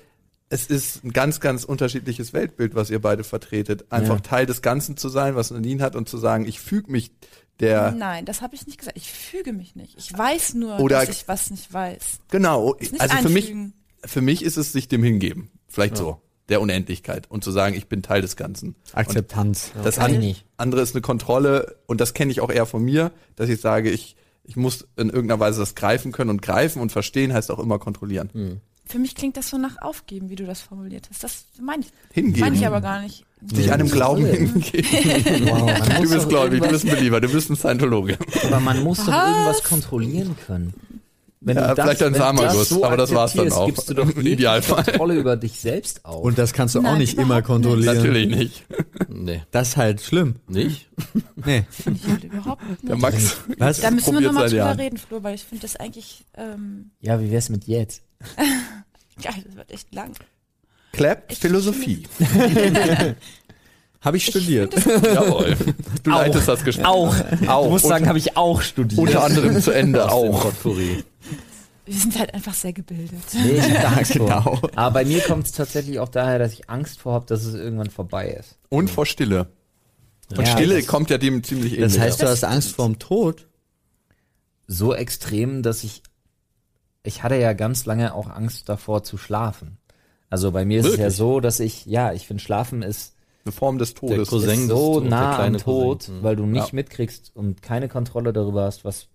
Speaker 2: es ist ein ganz, ganz unterschiedliches Weltbild, was ihr beide vertretet. Einfach
Speaker 1: Ja.
Speaker 2: Teil des Ganzen zu sein, was Nadine hat, und zu sagen, ich füge mich der,
Speaker 3: Nein, das habe ich nicht gesagt. Ich füge mich nicht. Ich weiß nur,
Speaker 2: Oder-
Speaker 3: dass ich was nicht weiß.
Speaker 2: genau.
Speaker 3: Nicht
Speaker 2: also für mich,
Speaker 3: einfügen.
Speaker 2: für mich ist es sich dem hingeben. Vielleicht so. Der Unendlichkeit. Und zu sagen, ich bin Teil des Ganzen.
Speaker 5: Akzeptanz.
Speaker 2: Das
Speaker 1: Kann ich
Speaker 2: an-
Speaker 1: nicht.
Speaker 2: andere ist eine Kontrolle und das kenne ich auch eher von mir, dass ich sage, ich, ich muss in irgendeiner Weise das greifen können und greifen und verstehen heißt auch immer kontrollieren.
Speaker 1: Hm.
Speaker 3: Für mich klingt das so nach Aufgeben, wie du das formuliert hast. Das meine ich,
Speaker 2: Hingeben.
Speaker 3: meine ich aber gar nicht.
Speaker 2: Sich einem Glauben
Speaker 1: Kontrolle.
Speaker 2: hingeben.
Speaker 1: Man muss
Speaker 2: Du bist
Speaker 1: doch
Speaker 2: gläubig, du
Speaker 1: irgendwas-
Speaker 2: bist ein Belieber, du bist ein Scientologe.
Speaker 1: Aber man muss doch
Speaker 3: Was?
Speaker 1: irgendwas kontrollieren können. Wenn
Speaker 2: Ja, vielleicht ein
Speaker 1: wenn du
Speaker 2: Samagus, aber das war's dann
Speaker 1: akzeptierst,
Speaker 2: auch.
Speaker 1: Gibst du doch
Speaker 2: Im
Speaker 1: jede
Speaker 2: Idealfall.
Speaker 1: Kontrolle über dich selbst auf.
Speaker 5: Und das kannst du auch
Speaker 3: Nein,
Speaker 5: nicht immer
Speaker 3: überhaupt
Speaker 5: kontrollieren.
Speaker 2: Natürlich nicht.
Speaker 4: Nee.
Speaker 5: Das ist halt schlimm.
Speaker 4: Nicht?
Speaker 5: Nee.
Speaker 3: Finde ich überhaupt
Speaker 2: Der
Speaker 3: nicht.
Speaker 2: Max
Speaker 5: Was?
Speaker 3: Da müssen wir
Speaker 2: probiert
Speaker 3: nochmal
Speaker 2: seit
Speaker 3: drüber
Speaker 2: Jahren.
Speaker 3: reden, Flo, weil ich finde das eigentlich ähm,
Speaker 1: ja, wie wär's mit jetzt?
Speaker 3: geil. Das wird echt lang.
Speaker 2: klappt
Speaker 3: Ich-
Speaker 2: Philosophie.
Speaker 5: Habe ich studiert.
Speaker 2: Jawohl. Du
Speaker 1: Auch.
Speaker 2: leitest das Gespräch.
Speaker 1: Auch.
Speaker 2: Auch.
Speaker 1: Ich muss
Speaker 2: unter,
Speaker 1: sagen, habe ich auch studiert.
Speaker 2: unter anderem zu Ende auch.
Speaker 4: Potpourri.
Speaker 3: Wir sind halt einfach sehr gebildet.
Speaker 1: Nee, ich hab da Angst
Speaker 5: Genau.
Speaker 1: vor. Aber bei mir kommt es tatsächlich auch daher, dass ich Angst vor habe, dass es irgendwann vorbei ist.
Speaker 2: Und vor Stille. Und
Speaker 1: Ja,
Speaker 2: Stille
Speaker 1: das-
Speaker 2: kommt ja dem ziemlich ähnlich.
Speaker 5: Das heißt, du hast Angst vorm Tod?
Speaker 1: So extrem, dass ich ich hatte ja ganz lange auch Angst davor zu schlafen. Also bei mir ist es ja
Speaker 4: Wirklich?
Speaker 1: so, dass ich ja, ich finde Schlafen ist
Speaker 2: eine Form des
Speaker 4: Der
Speaker 2: Todes.
Speaker 4: Cousin
Speaker 1: ist
Speaker 4: des
Speaker 1: so
Speaker 4: Todes, der
Speaker 1: nah am
Speaker 4: kleine
Speaker 1: Tod,
Speaker 4: Cousin. Mhm.
Speaker 1: weil du nicht
Speaker 2: Ja.
Speaker 1: mitkriegst und keine Kontrolle darüber hast, was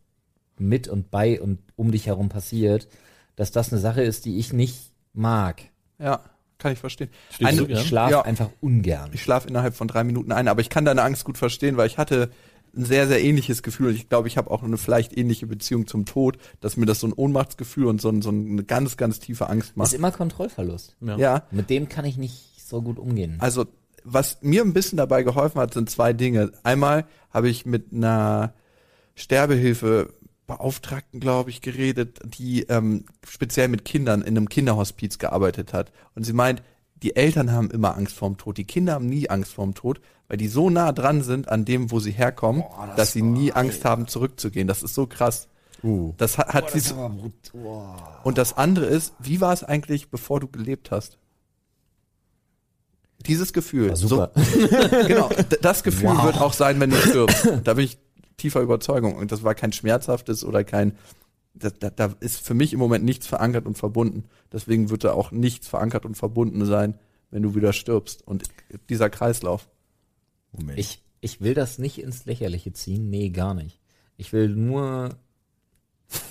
Speaker 1: mit und bei und um dich herum passiert, dass das eine Sache ist, die ich nicht mag. Also
Speaker 2: Ja, kann ich verstehen.
Speaker 4: Stehst
Speaker 2: Eine-
Speaker 4: du
Speaker 1: Ich
Speaker 4: gern?
Speaker 1: schlafe
Speaker 2: Ja.
Speaker 1: einfach ungern.
Speaker 2: Ich schlafe innerhalb von drei Minuten ein, aber ich kann deine Angst gut verstehen, weil ich hatte ein sehr, sehr ähnliches Gefühl und ich glaube, ich habe auch eine vielleicht ähnliche Beziehung zum Tod, dass mir das so ein Ohnmachtsgefühl und so, ein, so eine ganz, ganz tiefe Angst
Speaker 1: Ist
Speaker 2: macht.
Speaker 1: immer Kontrollverlust.
Speaker 2: Ja,
Speaker 1: Mit dem kann ich nicht so gut umgehen.
Speaker 2: also was mir ein bisschen dabei geholfen hat, sind zwei Dinge. Einmal habe ich mit einer Sterbehilfebeauftragten, glaube ich, geredet, die ähm, speziell mit Kindern in einem Kinderhospiz gearbeitet hat. Und sie meint, die Eltern haben immer Angst vorm Tod, die Kinder haben nie Angst vorm Tod, weil die so nah dran sind an dem, wo sie herkommen, dass sie nie Angst haben, zurückzugehen. Das ist so krass. Das hat, hat sie so- und das andere ist, wie war es eigentlich, bevor du gelebt hast? Dieses Gefühl.
Speaker 1: War Ah, super.
Speaker 2: So, genau. D- Das Gefühl
Speaker 1: Wow.
Speaker 2: wird auch sein, wenn du stirbst. Da bin ich tiefer Überzeugung. Und das war kein schmerzhaftes oder kein. Da, da, da ist für mich im Moment nichts verankert und verbunden. Deswegen wird da auch nichts verankert und verbunden sein wenn du wieder stirbst. Und dieser Kreislauf.
Speaker 5: Moment.
Speaker 1: Ich, ich will das nicht ins Lächerliche ziehen. Nee, gar nicht. Ich will nur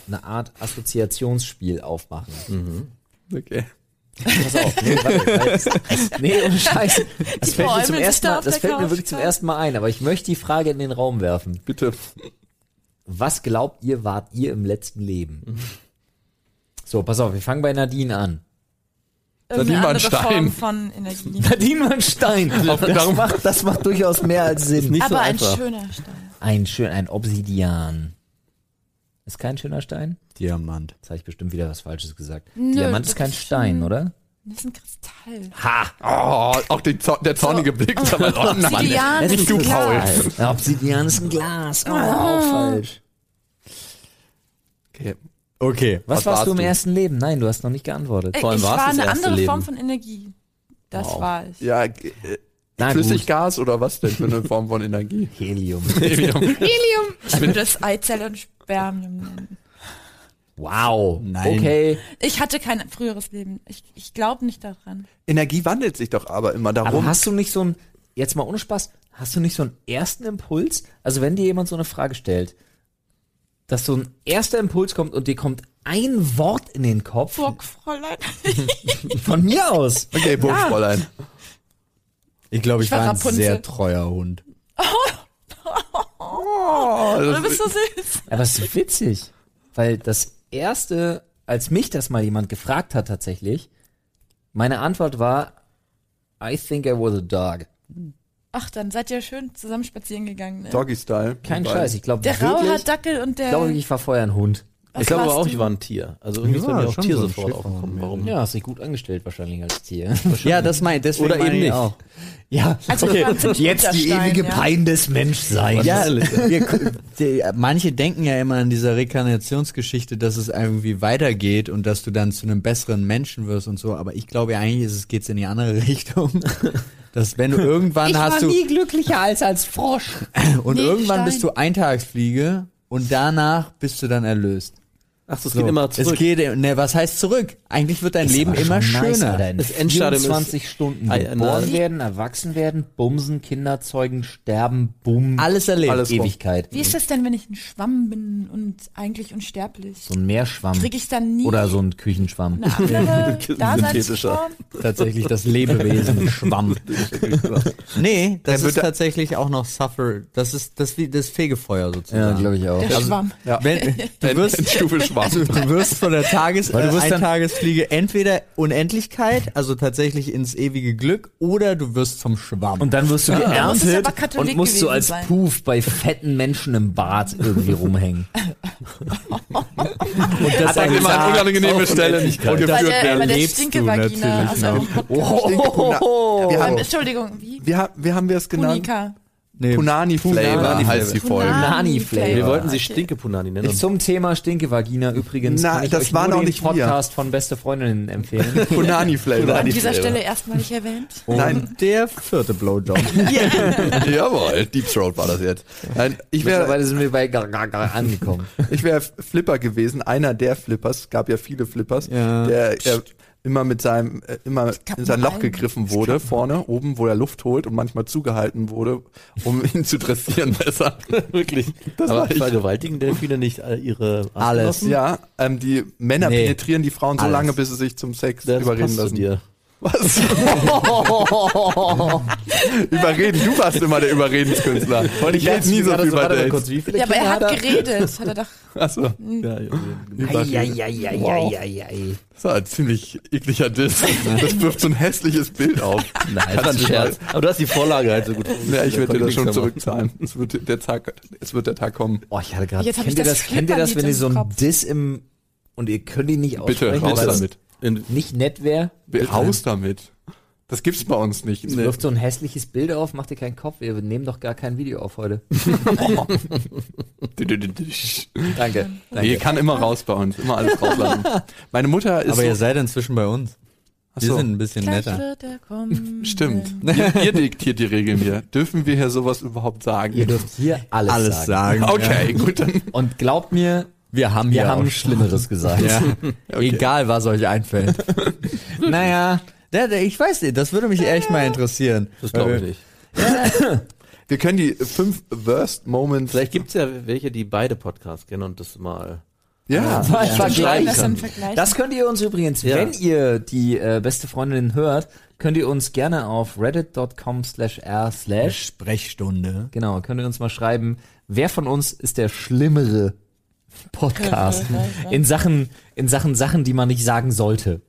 Speaker 1: eine Art Assoziationsspiel aufmachen.
Speaker 2: Okay.
Speaker 1: Pass auf. Nee, warte, weil- nee ohne Scheiß. Das,
Speaker 3: Die
Speaker 1: fällt mir,
Speaker 3: bäumen
Speaker 1: zum
Speaker 3: sich
Speaker 1: ersten
Speaker 3: da
Speaker 1: Mal,
Speaker 3: auf
Speaker 1: das
Speaker 3: der
Speaker 1: fällt mir
Speaker 3: Couch
Speaker 1: wirklich zum
Speaker 3: gerade.
Speaker 1: ersten Mal ein, aber ich möchte die Frage in den Raum werfen.
Speaker 2: Bitte.
Speaker 1: Was glaubt ihr, wart ihr im letzten
Speaker 3: Mhm.
Speaker 1: Leben? So, pass auf, wir fangen bei Nadine an.
Speaker 3: Irgendeine andere
Speaker 2: Nadine war ein Stein.
Speaker 3: Form von Energie.
Speaker 1: Nadine war ein Stein. Das
Speaker 2: darum-
Speaker 1: macht, das macht durchaus mehr als Sinn.
Speaker 2: Nicht so
Speaker 3: Aber ein
Speaker 2: einfach.
Speaker 3: schöner Stein.
Speaker 1: Ein schön, ein Obsidian. Ist kein schöner Stein?
Speaker 5: Diamant.
Speaker 1: Jetzt habe ich bestimmt wieder was Falsches gesagt.
Speaker 3: Nö,
Speaker 1: Diamant ist
Speaker 3: das
Speaker 1: kein
Speaker 3: ist
Speaker 1: Stein,
Speaker 3: schon-
Speaker 1: oder?
Speaker 3: Das ist ein Kristall.
Speaker 2: Oh, auch die, Zo- der zornige Blick. Oh, Mann.
Speaker 3: Obsidian
Speaker 1: Das
Speaker 3: ist
Speaker 1: ist
Speaker 2: du
Speaker 1: ein
Speaker 2: Paul.
Speaker 1: Glas. Ja, Obsidian ist ein Glas. Oh,
Speaker 3: Ah.
Speaker 1: auch falsch.
Speaker 2: Okay.
Speaker 5: Okay.
Speaker 1: Was,
Speaker 2: Was
Speaker 1: warst
Speaker 2: warst
Speaker 1: du im
Speaker 2: du?
Speaker 1: ersten Leben? Nein, du hast noch nicht geantwortet.
Speaker 3: Ich
Speaker 4: Vor allem war's
Speaker 3: war
Speaker 4: das
Speaker 3: eine
Speaker 4: erste
Speaker 3: andere
Speaker 4: Leben.
Speaker 3: Form von Energie. Das war ich.
Speaker 2: Ja, g- äh,
Speaker 1: Na gut.
Speaker 2: Flüssiggas oder was denn für eine Form von Energie?
Speaker 1: Helium.
Speaker 3: Helium. Ich würde es Eizelle und Spermium nennen.
Speaker 1: Wow.
Speaker 5: Nein.
Speaker 1: Okay.
Speaker 3: Ich hatte kein früheres Leben. Ich, ich glaube nicht daran.
Speaker 2: Energie wandelt sich doch aber immer
Speaker 1: Aber
Speaker 2: darum.
Speaker 1: hast du nicht so ein, jetzt mal ohne Spaß, hast du nicht so einen ersten Impuls? Also wenn dir jemand so eine Frage stellt, dass so ein erster Impuls kommt und dir kommt ein Wort in den Kopf,
Speaker 3: Burgfräulein.
Speaker 1: von mir aus.
Speaker 2: okay, Burgfräulein.
Speaker 5: Ich glaube, ich,
Speaker 3: Ich war
Speaker 5: war ein
Speaker 3: Rapunzel.
Speaker 5: sehr treuer Hund.
Speaker 2: Oh, das-
Speaker 3: Du bist so süß.
Speaker 1: Aber es ist witzig, weil das erste, als mich das mal jemand gefragt hat tatsächlich, meine Antwort war, I think I was a dog.
Speaker 3: Ach, dann seid ihr schön zusammen spazieren gegangen. Ne?
Speaker 2: Doggy-Style.
Speaker 1: Kein
Speaker 2: Weil-
Speaker 1: Scheiß, ich glaube
Speaker 3: Der raue
Speaker 1: wirklich,
Speaker 3: hat Dackel und
Speaker 1: ich
Speaker 3: der.
Speaker 1: glaube wirklich, ich war vorher ein Hund.
Speaker 3: Was
Speaker 4: ich glaube aber
Speaker 3: warst
Speaker 4: auch,
Speaker 3: du?
Speaker 4: ich war ein Tier. Also irgendwie ist bei
Speaker 5: Ja,
Speaker 4: mir auch
Speaker 5: schon
Speaker 4: Tier
Speaker 5: so ein
Speaker 4: sofort
Speaker 5: Schäfer.
Speaker 4: aufgekommen. Warum?
Speaker 1: Ja, hast dich gut angestellt wahrscheinlich als Tier.
Speaker 5: Ja, das mein, deswegen
Speaker 4: Oder eben
Speaker 5: meine ich
Speaker 4: nicht.
Speaker 5: Auch.
Speaker 1: Ja,
Speaker 3: Also wir waren ziemlich Unterstein, ja.
Speaker 1: Pein des Menschseins.
Speaker 5: Ja,
Speaker 1: Ja,
Speaker 5: wir, die, manche denken ja immer an dieser Rekarnationsgeschichte, dass es irgendwie weitergeht und dass du dann zu einem besseren Menschen wirst und so. Aber ich glaube ja eigentlich, ist es geht's in die andere Richtung. Dass wenn du irgendwann
Speaker 1: ich war
Speaker 5: hast du
Speaker 1: nie glücklicher als als Frosch.
Speaker 5: und
Speaker 3: nie
Speaker 5: irgendwann
Speaker 3: Stein.
Speaker 5: bist du Eintagsfliege und danach bist du dann erlöst.
Speaker 4: Ach, so, es
Speaker 5: So.
Speaker 4: geht immer zurück.
Speaker 5: Genau. Es geht, ne, was heißt zurück? Eigentlich wird dein Leben immer schöner.
Speaker 1: das
Speaker 4: Das Endstadium ist-
Speaker 1: 24 Stunden
Speaker 4: Ei,
Speaker 1: geboren
Speaker 4: nein.
Speaker 1: werden, erwachsen werden, bumsen, Kinder zeugen, sterben, bumm,
Speaker 5: Alles erlebt.
Speaker 2: Alles rum.
Speaker 1: Ewigkeit.
Speaker 3: Wie ist das denn, wenn ich ein Schwamm bin und eigentlich unsterblich?
Speaker 1: So ein Meerschwamm.
Speaker 3: Krieg ich dann nie
Speaker 1: Oder so ein Küchenschwamm.
Speaker 3: eine andere
Speaker 2: synthetischer.
Speaker 3: Daseinsform?
Speaker 5: tatsächlich das Lebewesen schwamm. nee, das
Speaker 2: Dann wird
Speaker 5: ist
Speaker 2: er-
Speaker 5: tatsächlich auch noch Suffer. Das ist das wie das Fegefeuer
Speaker 1: Ja,
Speaker 5: sozusagen.
Speaker 1: glaube ich auch. Also,
Speaker 3: Der Schwamm.
Speaker 2: Ja.
Speaker 5: Wenn, Also, du wirst
Speaker 2: Stufe schwarz.
Speaker 5: du wirst von der Tages
Speaker 1: Weil du wirst
Speaker 5: äh,
Speaker 1: dann-
Speaker 5: Tagesfliege entweder Unendlichkeit, also tatsächlich ins ewige Glück oder du wirst zum Schwamm.
Speaker 1: Und dann wirst du
Speaker 3: muss es aber
Speaker 1: geerntet
Speaker 3: Katholik
Speaker 1: und musst so
Speaker 3: gewesen
Speaker 1: als
Speaker 3: sein.
Speaker 1: Puff bei fetten Menschen im Bad irgendwie rumhängen.
Speaker 5: Und das
Speaker 2: Hat er immer an unangenehme Stellen geführt
Speaker 3: Weil der, weil
Speaker 2: werden.
Speaker 3: der
Speaker 5: lebst du
Speaker 3: Stinkevagina also
Speaker 5: natürlich
Speaker 3: aus eurem Podcast.
Speaker 2: Wir
Speaker 3: Ähm,
Speaker 2: haben,
Speaker 3: Entschuldigung, wie?
Speaker 2: wir haben, wir haben wir es genannt?
Speaker 3: Punika.
Speaker 5: Nee,
Speaker 2: Punani-Flavor
Speaker 4: Punani-Flavor.
Speaker 2: heißt die Folge.
Speaker 1: Punani-Flavor.
Speaker 4: Wir wollten sie
Speaker 3: Ah, Okay.
Speaker 4: Stinkepunani nennen.
Speaker 1: Ich zum Thema Stinkevagina übrigens
Speaker 2: Na,
Speaker 1: kann ich
Speaker 2: das
Speaker 1: euch
Speaker 2: waren
Speaker 1: nur
Speaker 2: auch
Speaker 1: den
Speaker 2: nicht wir.
Speaker 1: Podcast von Beste Freundinnen empfehlen.
Speaker 2: Punani-Flavor.
Speaker 3: An dieser Stelle erstmal nicht erwähnt.
Speaker 5: Und
Speaker 2: Nein.
Speaker 5: der vierte Blowjob.
Speaker 2: Jawohl, Deep Throat war das jetzt. Nein, ich wäre
Speaker 1: Mittlerweile sind wir bei gar, gar, gar angekommen.
Speaker 2: ich wär Flipper gewesen, einer der Flippers, gab ja viele Flippers,
Speaker 5: Ja.
Speaker 2: der äh, immer mit seinem, äh, immer
Speaker 3: gab
Speaker 2: in sein
Speaker 3: nur
Speaker 2: Loch
Speaker 3: einen.
Speaker 2: gegriffen wurde, vorne, oben, wo er Luft holt und manchmal zugehalten wurde, um ihn zu dressieren besser.
Speaker 4: Wirklich.
Speaker 2: Das
Speaker 4: aber
Speaker 2: war ich.
Speaker 4: vergewaltigen Delfine nicht all ihre
Speaker 5: Alles.
Speaker 4: Ja,
Speaker 2: Ja, ähm, die Männer
Speaker 5: Nee.
Speaker 2: penetrieren die Frauen so
Speaker 5: Alles.
Speaker 2: lange, bis sie sich zum Sex
Speaker 4: das
Speaker 2: überreden
Speaker 4: passt zu
Speaker 2: lassen.
Speaker 4: dir.
Speaker 2: Was? Überreden, du warst immer der Überredenskünstler. Und ich rede nie so viel über
Speaker 1: mal
Speaker 2: Dates.
Speaker 1: kurz, wie viele
Speaker 3: Ja, aber er hat
Speaker 1: Kinder
Speaker 3: geredet. Hat er doch.
Speaker 2: Achso,
Speaker 3: Hm.
Speaker 4: Ja, irgendwie.
Speaker 1: hat er? Eieieiei.
Speaker 2: das war ein ziemlich ekliger Diss. Das wirft so ein hässliches Bild auf.
Speaker 4: Nein, das ist ein Scherz. Aber du hast die Vorlage halt so gut.
Speaker 2: Ja, ich werde dir das
Speaker 4: Nichts
Speaker 2: schon
Speaker 4: mehr machen.
Speaker 2: zurückzahlen. Es wird der Tag, es wird der Tag kommen.
Speaker 1: Oh, ich hatte gerade.
Speaker 3: Jetzt hab
Speaker 1: Kennt
Speaker 3: ich
Speaker 1: ihr
Speaker 3: das
Speaker 1: das, kennt ihr das wenn
Speaker 3: Flipperlied
Speaker 1: ihr so
Speaker 3: im
Speaker 1: ein
Speaker 3: Kopf.
Speaker 1: Diss im und ihr könnt ihn nicht
Speaker 2: Bitte,
Speaker 1: aussprechen,
Speaker 2: raus
Speaker 1: weil es
Speaker 2: damit.
Speaker 4: In,
Speaker 1: nicht nett wäre?
Speaker 2: Raus damit. Das gibt's bei uns nicht.
Speaker 1: Es wirft so ein hässliches Bild auf, macht ihr keinen Kopf, wir nehmen doch gar kein Video auf heute. Danke.
Speaker 2: Nee, kann immer raus bei uns. Immer alles rauslassen. Meine Mutter ist
Speaker 5: Aber ihr
Speaker 2: so,
Speaker 5: seid inzwischen bei uns. Wir
Speaker 2: Achso.
Speaker 5: sind ein bisschen
Speaker 3: Gleich
Speaker 5: netter.
Speaker 3: wird er kommen.
Speaker 2: Stimmt. ihr, ihr diktiert die Regeln hier. Dürfen wir hier sowas überhaupt sagen?
Speaker 1: Ihr dürft hier alles,
Speaker 5: Alles sagen. Ja.
Speaker 2: Okay, gut, dann
Speaker 1: Und glaubt mir,
Speaker 5: Wir haben
Speaker 1: wir
Speaker 5: ja
Speaker 1: haben
Speaker 5: auch
Speaker 1: Schlimmeres gesagt.
Speaker 5: Ja. Egal, was euch einfällt. naja, Ja, da- ich weiß nicht, das würde mich echt mal interessieren.
Speaker 4: Das glaube ich
Speaker 5: Weil-
Speaker 4: nicht.
Speaker 2: Wir können die fünf Worst Moments.
Speaker 4: Vielleicht gibt es ja welche, die beide Podcasts kennen und das mal.
Speaker 2: Ja.
Speaker 3: Schreiben das im
Speaker 1: Vergleichen.
Speaker 3: Vergleich.
Speaker 1: Das könnt ihr uns übrigens,
Speaker 4: Ja.
Speaker 1: wenn ihr die äh, beste Freundin hört, könnt ihr uns gerne auf reddit.com slash r slash,
Speaker 5: Sprechstunde.
Speaker 1: genau, könnt ihr uns mal schreiben, wer von uns ist der schlimmere Podcast in Sachen, in Sachen Sachen, die man nicht sagen sollte.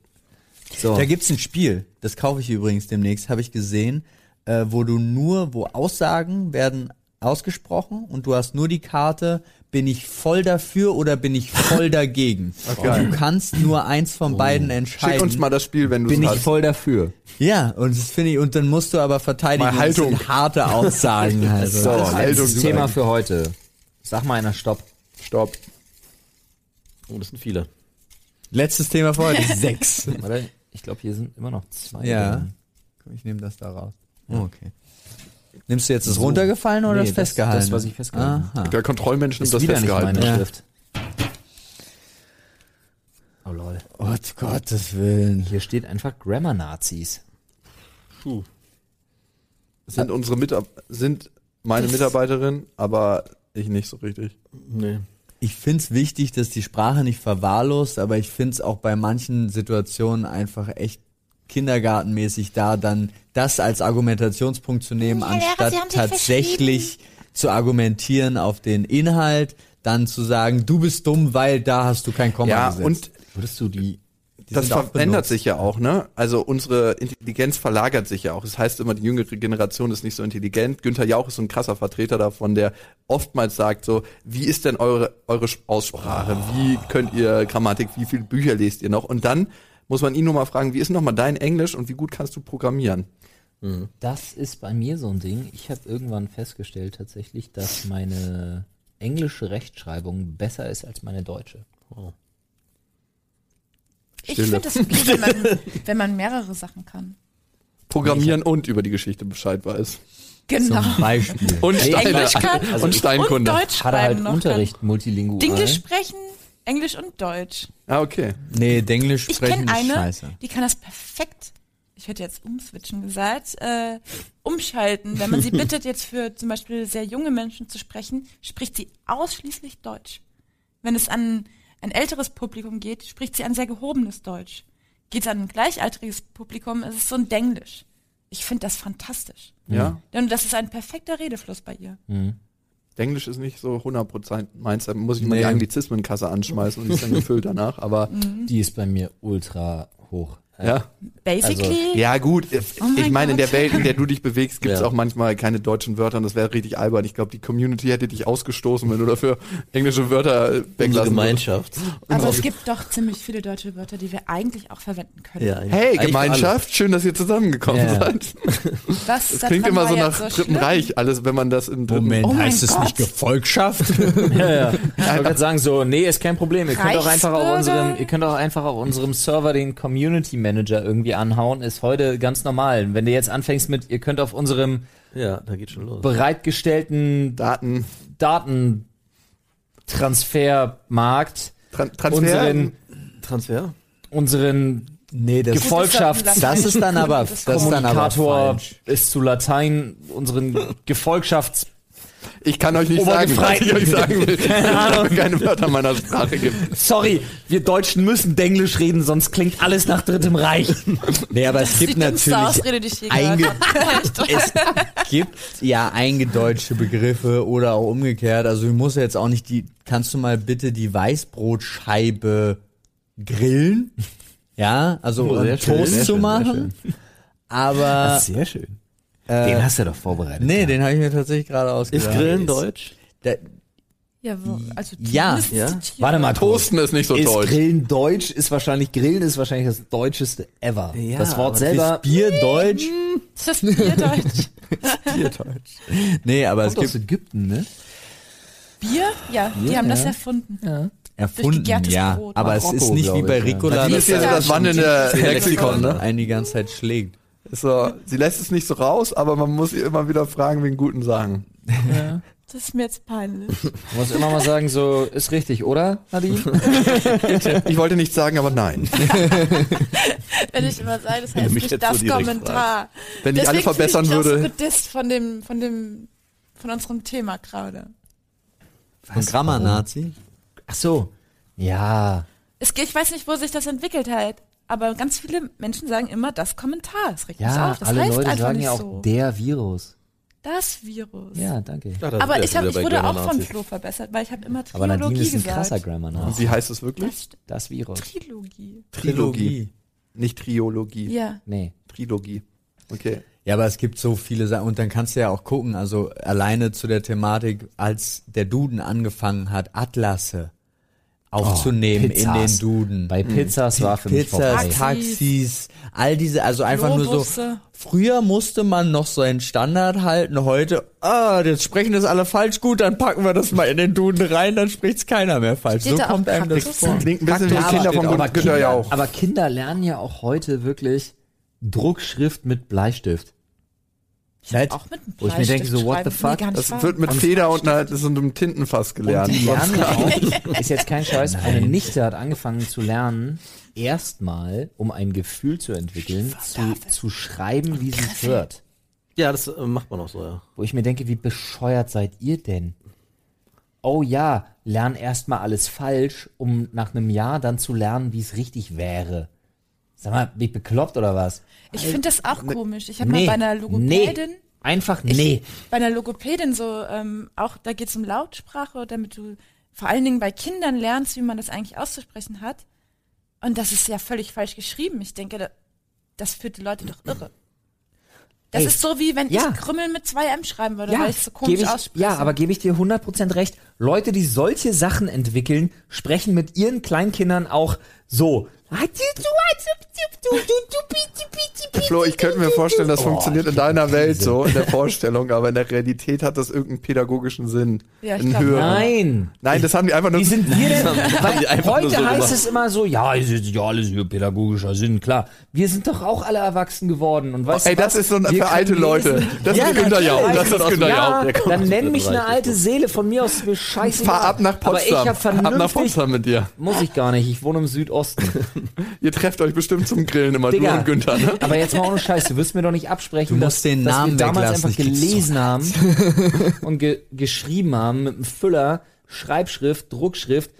Speaker 1: So.
Speaker 5: Da gibt's ein Spiel, das kaufe ich übrigens demnächst, habe ich gesehen, äh, wo du nur, wo Aussagen werden ausgesprochen und du hast nur die Karte, bin ich voll dafür oder bin ich voll dagegen. Und du kannst nur eins von beiden entscheiden.
Speaker 2: Oh. Schick uns mal das Spiel, wenn du
Speaker 1: Bin
Speaker 2: es
Speaker 1: ich
Speaker 2: hast.
Speaker 1: voll dafür.
Speaker 5: Ja, und das finde ich, und dann musst du aber verteidigen.
Speaker 2: Mal Haltung.
Speaker 5: Das sind harte Aussagen. Also.
Speaker 1: So,
Speaker 2: das ist
Speaker 1: letztes
Speaker 2: super.
Speaker 1: Thema für heute. Sag mal einer Stopp.
Speaker 2: Stopp.
Speaker 4: Oh, das sind viele.
Speaker 5: Letztes Thema für heute, sechs.
Speaker 1: Warte, ich glaube, hier sind immer noch zwei.
Speaker 5: Ja. Ich nehme das da raus. Oh, okay. Nimmst du jetzt das runtergefallen oder
Speaker 1: Nee,
Speaker 5: das
Speaker 1: das-
Speaker 5: festgehalten?
Speaker 1: das, was ich festgehalten
Speaker 5: Aha.
Speaker 2: Der Kontrollmensch nimmt
Speaker 1: Ist
Speaker 2: das
Speaker 1: wieder nicht
Speaker 2: festgehalten.
Speaker 1: meine
Speaker 5: Ja.
Speaker 1: Schrift. Oh lol.
Speaker 5: Oh, zu Gottes Willen.
Speaker 1: Hier steht einfach Grammar-Nazis.
Speaker 2: Sind unsere Mitar sind meine Mitarbeiterin, aber ich nicht so richtig.
Speaker 4: Nee.
Speaker 5: Ich find's wichtig, dass die Sprache nicht verwahrlost, aber ich find's auch bei manchen Situationen einfach echt kindergartenmäßig da, dann das als Argumentationspunkt zu nehmen,
Speaker 3: Ja, Lehrer,
Speaker 5: anstatt
Speaker 3: Sie haben sich
Speaker 5: tatsächlich zu argumentieren auf den Inhalt, dann zu sagen, du bist dumm, weil da hast du kein Komma
Speaker 2: Ja,
Speaker 5: gesetzt.
Speaker 2: und
Speaker 1: Würdest du die.
Speaker 5: Die
Speaker 2: das
Speaker 5: sind auch
Speaker 2: verändert
Speaker 5: benutzt.
Speaker 2: sich ja auch, ne? Also unsere Intelligenz verlagert sich ja auch. Das heißt immer, die jüngere Generation ist nicht so intelligent. Günther Jauch ist so ein krasser Vertreter davon, der oftmals sagt so, wie ist denn eure, eure Sch- Aussprache? Wie könnt ihr Grammatik? Wie viele Bücher lest ihr noch? Und dann muss man ihn nur mal fragen, wie ist nochmal dein Englisch und wie gut kannst du programmieren?
Speaker 1: Das ist bei mir so ein Ding. Ich habe irgendwann festgestellt tatsächlich, dass meine englische Rechtschreibung besser ist als meine deutsche.
Speaker 3: ich finde das okay, wenn man, wenn man mehrere Sachen kann.
Speaker 2: Programmieren und über die Geschichte Bescheid weiß.
Speaker 3: Genau.
Speaker 5: Zum Beispiel.
Speaker 2: Und Steine,
Speaker 3: Englisch kann
Speaker 2: Also und
Speaker 3: und
Speaker 2: Steinkunde.
Speaker 3: Deutsch
Speaker 1: Hat er
Speaker 3: schreiben
Speaker 1: halt
Speaker 3: noch
Speaker 1: Unterricht multilingual.
Speaker 3: Dann. Dinge sprechen, Englisch und Deutsch.
Speaker 2: ah, okay.
Speaker 5: Nee, Denglisch
Speaker 3: Ich
Speaker 5: sprechen
Speaker 3: kenne
Speaker 5: ist
Speaker 3: eine,
Speaker 5: scheiße.
Speaker 3: die kann das perfekt, ich hätte jetzt umswitchen gesagt, äh, umschalten. Wenn man sie bittet, jetzt für zum Beispiel sehr junge Menschen zu sprechen, spricht sie ausschließlich Deutsch. Wenn es an ein älteres Publikum geht, spricht sie an sehr gehobenes Deutsch. Geht es an ein gleichaltriges Publikum, ist es so ein Denglisch. Ich finde das fantastisch.
Speaker 5: Mhm.
Speaker 2: Ja.
Speaker 3: Und das ist ein perfekter Redefluss bei ihr.
Speaker 1: Mhm.
Speaker 2: Englisch ist nicht so 100% meins, da muss ich mal die
Speaker 5: Nee.
Speaker 2: Anglizismenkasse anschmeißen und die ist dann gefüllt danach, aber
Speaker 1: Die ist bei mir ultra hoch.
Speaker 2: ja.
Speaker 3: Basically,
Speaker 2: Also, Ja gut, ich
Speaker 3: Oh mein
Speaker 2: meine, in der
Speaker 3: Gott.
Speaker 2: Welt, in der du dich bewegst, gibt es
Speaker 4: Ja.
Speaker 2: auch manchmal keine deutschen Wörter und das wäre richtig albern. Ich glaube, die Community hätte dich ausgestoßen, wenn du dafür englische Wörter äh,
Speaker 4: Unsere
Speaker 2: weglassen würdest.
Speaker 4: Gemeinschaft.
Speaker 3: aber also es gibt doch ziemlich viele deutsche Wörter, die wir eigentlich auch verwenden können.
Speaker 2: Hey,
Speaker 4: eigentlich
Speaker 2: Gemeinschaft, schön, dass ihr zusammengekommen
Speaker 1: Ja.
Speaker 2: seid.
Speaker 3: Was
Speaker 2: Das klingt immer so nach Dritten
Speaker 3: schlimm?
Speaker 2: Reich, alles, wenn man das im Dritten
Speaker 5: Moment,
Speaker 3: Oh mein
Speaker 5: heißt es
Speaker 3: Gott.
Speaker 5: nicht Gefolgschaft?
Speaker 1: Ich wollte gerade sagen, so, nee, ist kein Problem. Ihr könnt, auch einfach auf
Speaker 3: Reichsbürger?
Speaker 1: unserem, ihr könnt auch einfach auf unserem Server den Community Manager irgendwie anhauen. Ist heute ganz normal. Wenn du jetzt anfängst mit, ihr könnt auf unserem
Speaker 4: Ja, da geht schon los.
Speaker 1: bereitgestellten
Speaker 2: Daten,
Speaker 1: Datentransfermarkt
Speaker 2: Tran Transfer,
Speaker 1: unseren,
Speaker 4: Transfer?
Speaker 1: unseren
Speaker 5: nee, das,
Speaker 1: Gefolgschafts-
Speaker 5: das ist dann aber, das
Speaker 3: Das
Speaker 5: ist dann aber
Speaker 1: Kommunikator
Speaker 5: falsch.
Speaker 1: ist zu Latein, unseren Gefolgschafts...
Speaker 2: ich kann euch nicht sagen, was
Speaker 1: Obergefreiten.
Speaker 2: ich euch sagen will, dass es keine Wörter meiner Sprache gibt.
Speaker 1: Sorry, wir Deutschen müssen Denglisch reden, sonst klingt alles nach Drittem Reich.
Speaker 5: Nee, aber es gibt
Speaker 3: die dümmste
Speaker 5: natürlich
Speaker 3: Ausrede, die ich je gehört
Speaker 5: einge
Speaker 3: habe.
Speaker 5: es gibt ja eingedeutsche Begriffe oder auch umgekehrt. Also ich muss ja jetzt auch nicht die. Kannst du mal bitte die Weißbrotscheibe grillen? Ja, also
Speaker 1: Oh,
Speaker 5: um
Speaker 1: sehr
Speaker 5: Toast
Speaker 1: schön, sehr
Speaker 5: zu
Speaker 1: schön, sehr
Speaker 5: machen. Aber
Speaker 1: Sehr schön. den hast du doch vorbereitet.
Speaker 5: nee, den habe ich mir tatsächlich gerade
Speaker 4: Ist
Speaker 5: ausgedacht.
Speaker 4: Grillen Deutsch?
Speaker 5: Da,
Speaker 3: Ja, wo- also
Speaker 5: Ja,
Speaker 3: zumindest
Speaker 4: ja.
Speaker 3: zitieren.
Speaker 1: Warte mal, Toast.
Speaker 2: Toasten ist nicht so
Speaker 1: Ist
Speaker 2: deutsch.
Speaker 1: Grillen deutsch, ist wahrscheinlich, Grillen ist wahrscheinlich das deutscheste ever.
Speaker 4: Ja,
Speaker 1: das Wort
Speaker 4: aber
Speaker 1: selber.
Speaker 5: ist Bier Deutsch?
Speaker 3: Ist das Bierdeutsch?
Speaker 5: Bier Deutsch. Nee, aber es
Speaker 1: kommt aus
Speaker 5: gibt
Speaker 1: Ägypten, ne?
Speaker 3: Bier? Ja, die
Speaker 1: Ja,
Speaker 3: haben das
Speaker 1: ja.
Speaker 3: erfunden.
Speaker 5: erfunden,
Speaker 3: gegärtes
Speaker 5: ja.
Speaker 3: Brot.
Speaker 5: Aber es
Speaker 1: Marokko,
Speaker 5: ist nicht wie
Speaker 1: glaub
Speaker 5: bei
Speaker 1: ich, ja.
Speaker 5: Ricola,
Speaker 2: Die ist ja so das wandelnde Lexikon, ne?
Speaker 5: einen die ganze Zeit schlägt.
Speaker 2: Ist So, sie lässt es nicht so raus, aber man muss ihr immer wieder fragen, wie einen guten sagen.
Speaker 3: Das ist mir jetzt peinlich.
Speaker 1: Man muss immer mal sagen, so ist richtig, oder, Nadine?
Speaker 2: Ich wollte nichts sagen, aber nein.
Speaker 3: Wenn ich immer sage, das
Speaker 4: Wenn du
Speaker 3: heißt
Speaker 4: mich
Speaker 3: nicht
Speaker 4: jetzt so
Speaker 3: das
Speaker 4: direkt
Speaker 3: Kommentar.
Speaker 2: Wenn ich alle
Speaker 3: Deswegen fühle
Speaker 2: verbessern
Speaker 3: ich mich Auch so
Speaker 2: würde.
Speaker 3: gedisst von dem, von dem, von unserem Thema gerade.
Speaker 5: Ein
Speaker 1: ne?
Speaker 5: Grammar-Nazi?
Speaker 1: Ach so. Ja.
Speaker 3: Es geht, ich weiß nicht, wo sich das entwickelt halt. Aber ganz viele Menschen sagen immer das Kommentar. Es regt mich
Speaker 1: Ja,
Speaker 3: auf. Das
Speaker 1: alle
Speaker 3: heißt
Speaker 1: Leute
Speaker 3: einfach
Speaker 1: sagen
Speaker 3: nicht
Speaker 1: ja auch
Speaker 3: so.
Speaker 1: der Virus.
Speaker 3: das Virus.
Speaker 1: Ja, danke.
Speaker 4: Ja, da sind
Speaker 3: Aber
Speaker 4: wir
Speaker 3: ich,
Speaker 4: wieder
Speaker 3: hab, ich
Speaker 4: bei
Speaker 3: wurde auch
Speaker 4: Grammar-Nazis.
Speaker 3: von Flo verbessert, weil ich habe immer
Speaker 1: Aber Nadine
Speaker 3: Trilogie
Speaker 1: ist ein krasser
Speaker 3: gesagt.
Speaker 1: Grammar
Speaker 2: Wie heißt es wirklich?
Speaker 3: Das,
Speaker 1: Das Virus.
Speaker 3: Trilogie.
Speaker 2: Nicht Triologie.
Speaker 3: Ja.
Speaker 1: Nee.
Speaker 2: Trilogie. Okay.
Speaker 5: Ja, aber es gibt so viele Sachen. Und dann kannst du ja auch gucken, also alleine zu der Thematik, als der Duden angefangen hat, Atlasse Oh, aufzunehmen in
Speaker 1: Pizzas.
Speaker 5: den Duden.
Speaker 1: Bei Hm. Pizzas war für mich
Speaker 5: Pizzas,
Speaker 1: vorbei.
Speaker 5: Taxis, all diese, also einfach nur so.
Speaker 3: Globusse.
Speaker 5: Früher musste man noch so einen Standard halten, heute, ah, jetzt sprechen das alle falsch, gut, dann packen wir das mal in den Duden rein, dann spricht's keiner mehr falsch.
Speaker 3: Steht
Speaker 5: so
Speaker 3: da auch
Speaker 5: kommt einem das
Speaker 3: Kaktus?
Speaker 5: vor.
Speaker 2: Klingt ein bisschen wie
Speaker 5: Kaktus
Speaker 2: Kinder
Speaker 5: steht
Speaker 2: vom
Speaker 5: auch.
Speaker 2: guten Günther ja auch.
Speaker 1: Aber Kinder lernen ja auch heute wirklich Druckschrift mit Bleistift.
Speaker 3: Ich hab
Speaker 5: Halt.
Speaker 3: auch mit einem
Speaker 1: Wo ich mir denke,
Speaker 3: Bleistift
Speaker 1: so, what the
Speaker 3: schreiben.
Speaker 1: fuck?
Speaker 3: gar nicht
Speaker 2: Das
Speaker 3: wahr.
Speaker 2: wird mit Feder und, einer, das ist mit einem Tintenfass gelernt.
Speaker 1: Und die lernen ja auch, ist jetzt kein Scheiß, meine Nichte hat angefangen zu lernen, erstmal, um ein Gefühl zu entwickeln, zu, zu schreiben, wie sie es hört.
Speaker 4: Ja, das äh, macht man auch so, ja.
Speaker 1: Wo ich mir denke, wie bescheuert seid ihr denn? Oh ja, lern erstmal alles falsch, um nach einem Jahr dann zu lernen, wie es richtig wäre. Sag mal, bin ich bekloppt oder was?
Speaker 3: Ich finde das auch komisch. Ich habe
Speaker 1: Nee,
Speaker 3: mal bei einer Logopädin,
Speaker 1: nee, einfach nee.
Speaker 3: bei einer Logopädin so, ähm, auch da geht's um Lautsprache, damit du vor allen Dingen bei Kindern lernst, wie man das eigentlich auszusprechen hat. Und das ist ja völlig falsch geschrieben. Ich denke, da, das führt die Leute doch irre. Das
Speaker 1: Ey,
Speaker 3: ist so wie wenn
Speaker 1: ja.
Speaker 3: ich Krümmel mit zwei M schreiben würde, weil ich es so komisch
Speaker 1: gebe ich,
Speaker 3: ausspreche.
Speaker 1: Ja, aber gebe ich dir 100% recht. Leute, die solche Sachen entwickeln, sprechen mit ihren Kleinkindern auch so.
Speaker 2: Flo, ich könnte mir vorstellen, das
Speaker 1: Boah,
Speaker 2: funktioniert
Speaker 1: Oh,
Speaker 2: in
Speaker 1: ich krieg
Speaker 2: deiner
Speaker 1: eine
Speaker 2: Welt
Speaker 1: Krise.
Speaker 2: so, in der Vorstellung, aber in der Realität hat das irgendeinen pädagogischen Sinn.
Speaker 3: Ja, ich
Speaker 2: Einen
Speaker 3: glaub,
Speaker 2: höheren.
Speaker 1: Nein.
Speaker 2: Nein, das haben die einfach nur.
Speaker 1: Wie sind wir denn?
Speaker 4: die
Speaker 1: Weil
Speaker 4: einfach nur
Speaker 1: heute
Speaker 4: so
Speaker 1: heißt
Speaker 4: gemacht.
Speaker 1: es immer so, ja, es ist ja alles hier pädagogischer Sinn, klar. Wir sind doch auch alle erwachsen geworden. Und weißt
Speaker 2: Ey,
Speaker 1: du
Speaker 2: das
Speaker 1: was?
Speaker 2: ist so ein,
Speaker 1: Wir
Speaker 2: für alte
Speaker 1: können
Speaker 2: Leute.
Speaker 1: lesen.
Speaker 2: Das
Speaker 1: Ja,
Speaker 2: ist Günther
Speaker 1: natürlich.
Speaker 2: Jauch. Das ist Günther
Speaker 1: Ja,
Speaker 2: Jauch. Der kommt
Speaker 1: dann
Speaker 4: aus
Speaker 1: nenn
Speaker 4: dem
Speaker 1: mich eine
Speaker 4: Bereich, das
Speaker 1: alte Seele. Von mir aus ist mir scheiße.
Speaker 2: Fahr ab nach Potsdam.
Speaker 1: Aber ich hab
Speaker 2: ab nach
Speaker 1: vernünftig,
Speaker 2: Potsdam mit dir.
Speaker 1: muss ich gar nicht. Ich wohne im Südosten.
Speaker 2: Ihr trefft euch bestimmt zum Grillen immer,
Speaker 1: Digga.
Speaker 2: du und Günther. Ne?
Speaker 1: Aber jetzt mal ohne Scheiß, du wirst mir doch nicht absprechen,
Speaker 5: Du
Speaker 1: dass,
Speaker 5: musst den
Speaker 1: dass
Speaker 5: Namen
Speaker 1: wir damals
Speaker 5: weglassen,
Speaker 1: einfach
Speaker 5: ich krieg's
Speaker 1: gelesen haben und ge geschrieben haben mit einem Füller, Schreibschrift, Druckschrift.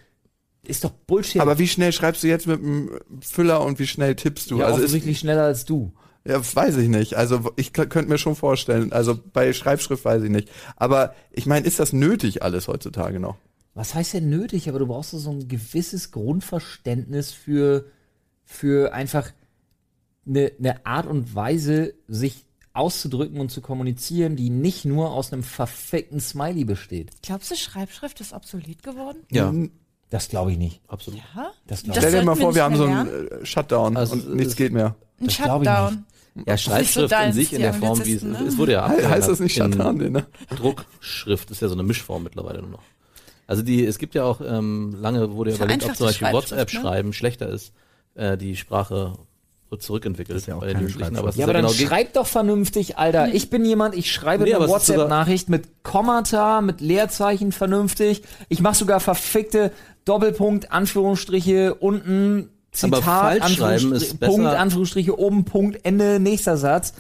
Speaker 1: Ist doch Bullshit.
Speaker 2: Aber wie schnell schreibst du jetzt mit dem Füller und wie schnell tippst du?
Speaker 1: ja,
Speaker 2: also ist,
Speaker 1: offensichtlich schneller als du.
Speaker 2: ja, weiß ich nicht. Also ich k- könnte mir schon vorstellen. Also bei Schreibschrift weiß ich nicht. Aber ich meine, ist das nötig alles heutzutage noch?
Speaker 1: Was heißt denn nötig? Aber du brauchst doch so ein gewisses Grundverständnis für, für einfach eine, eine Art und Weise, sich auszudrücken und zu kommunizieren, die nicht nur aus einem verfickten Smiley besteht.
Speaker 3: Glaubst du, Schreibschrift ist obsolet geworden?
Speaker 4: Ja,
Speaker 1: Das glaube ich nicht.
Speaker 4: absolut.
Speaker 3: Ja.
Speaker 1: Das glaub
Speaker 3: Das
Speaker 2: Stell dir
Speaker 3: sollten
Speaker 2: mal
Speaker 3: wir
Speaker 2: vor,
Speaker 3: nicht
Speaker 2: wir haben
Speaker 3: mehr
Speaker 2: so einen äh, Shutdown
Speaker 4: Also es
Speaker 2: und nichts
Speaker 4: ist-
Speaker 2: geht mehr.
Speaker 3: Ein
Speaker 1: Das glaub ich
Speaker 3: Shutdown.
Speaker 4: Ja, Schreibschrift in
Speaker 3: deins,
Speaker 4: sich in der
Speaker 3: die
Speaker 4: Form, wie es,
Speaker 3: Anglizisten, ne?
Speaker 4: es wurde ja
Speaker 2: He- Heißt das nicht
Speaker 4: in
Speaker 2: Shutdown? Nee, ne?
Speaker 4: Druckschrift ist ja so eine Mischform mittlerweile nur noch. Also die, es gibt ja auch, ähm, lange wurde ja überlegt, ob
Speaker 3: Vereinfachte
Speaker 4: zum Beispiel
Speaker 3: Schreibschrift,
Speaker 4: WhatsApp
Speaker 3: ne?
Speaker 4: schreiben schlechter ist, äh, die Sprache wird zurückentwickelt
Speaker 5: Ist ja auch
Speaker 4: bei den
Speaker 5: keine
Speaker 4: Jugendlichen, aber es
Speaker 1: Ja,
Speaker 4: ist
Speaker 1: aber
Speaker 4: ja
Speaker 1: dann
Speaker 4: genau gegen-
Speaker 1: schreib doch vernünftig, Alter. Ich bin jemand, ich schreibe
Speaker 4: Nee,
Speaker 1: eine
Speaker 4: aber es ist sogar-
Speaker 1: WhatsApp-Nachricht mit Kommata, mit Leerzeichen vernünftig. Ich mache sogar verfickte Doppelpunkt, Anführungsstriche unten,
Speaker 4: Aber
Speaker 1: Zitat,
Speaker 4: falsch schreiben
Speaker 1: Anführungsstri-
Speaker 4: ist besser.
Speaker 1: Punkt, Anführungsstriche oben, Punkt, Ende, nächster Satz.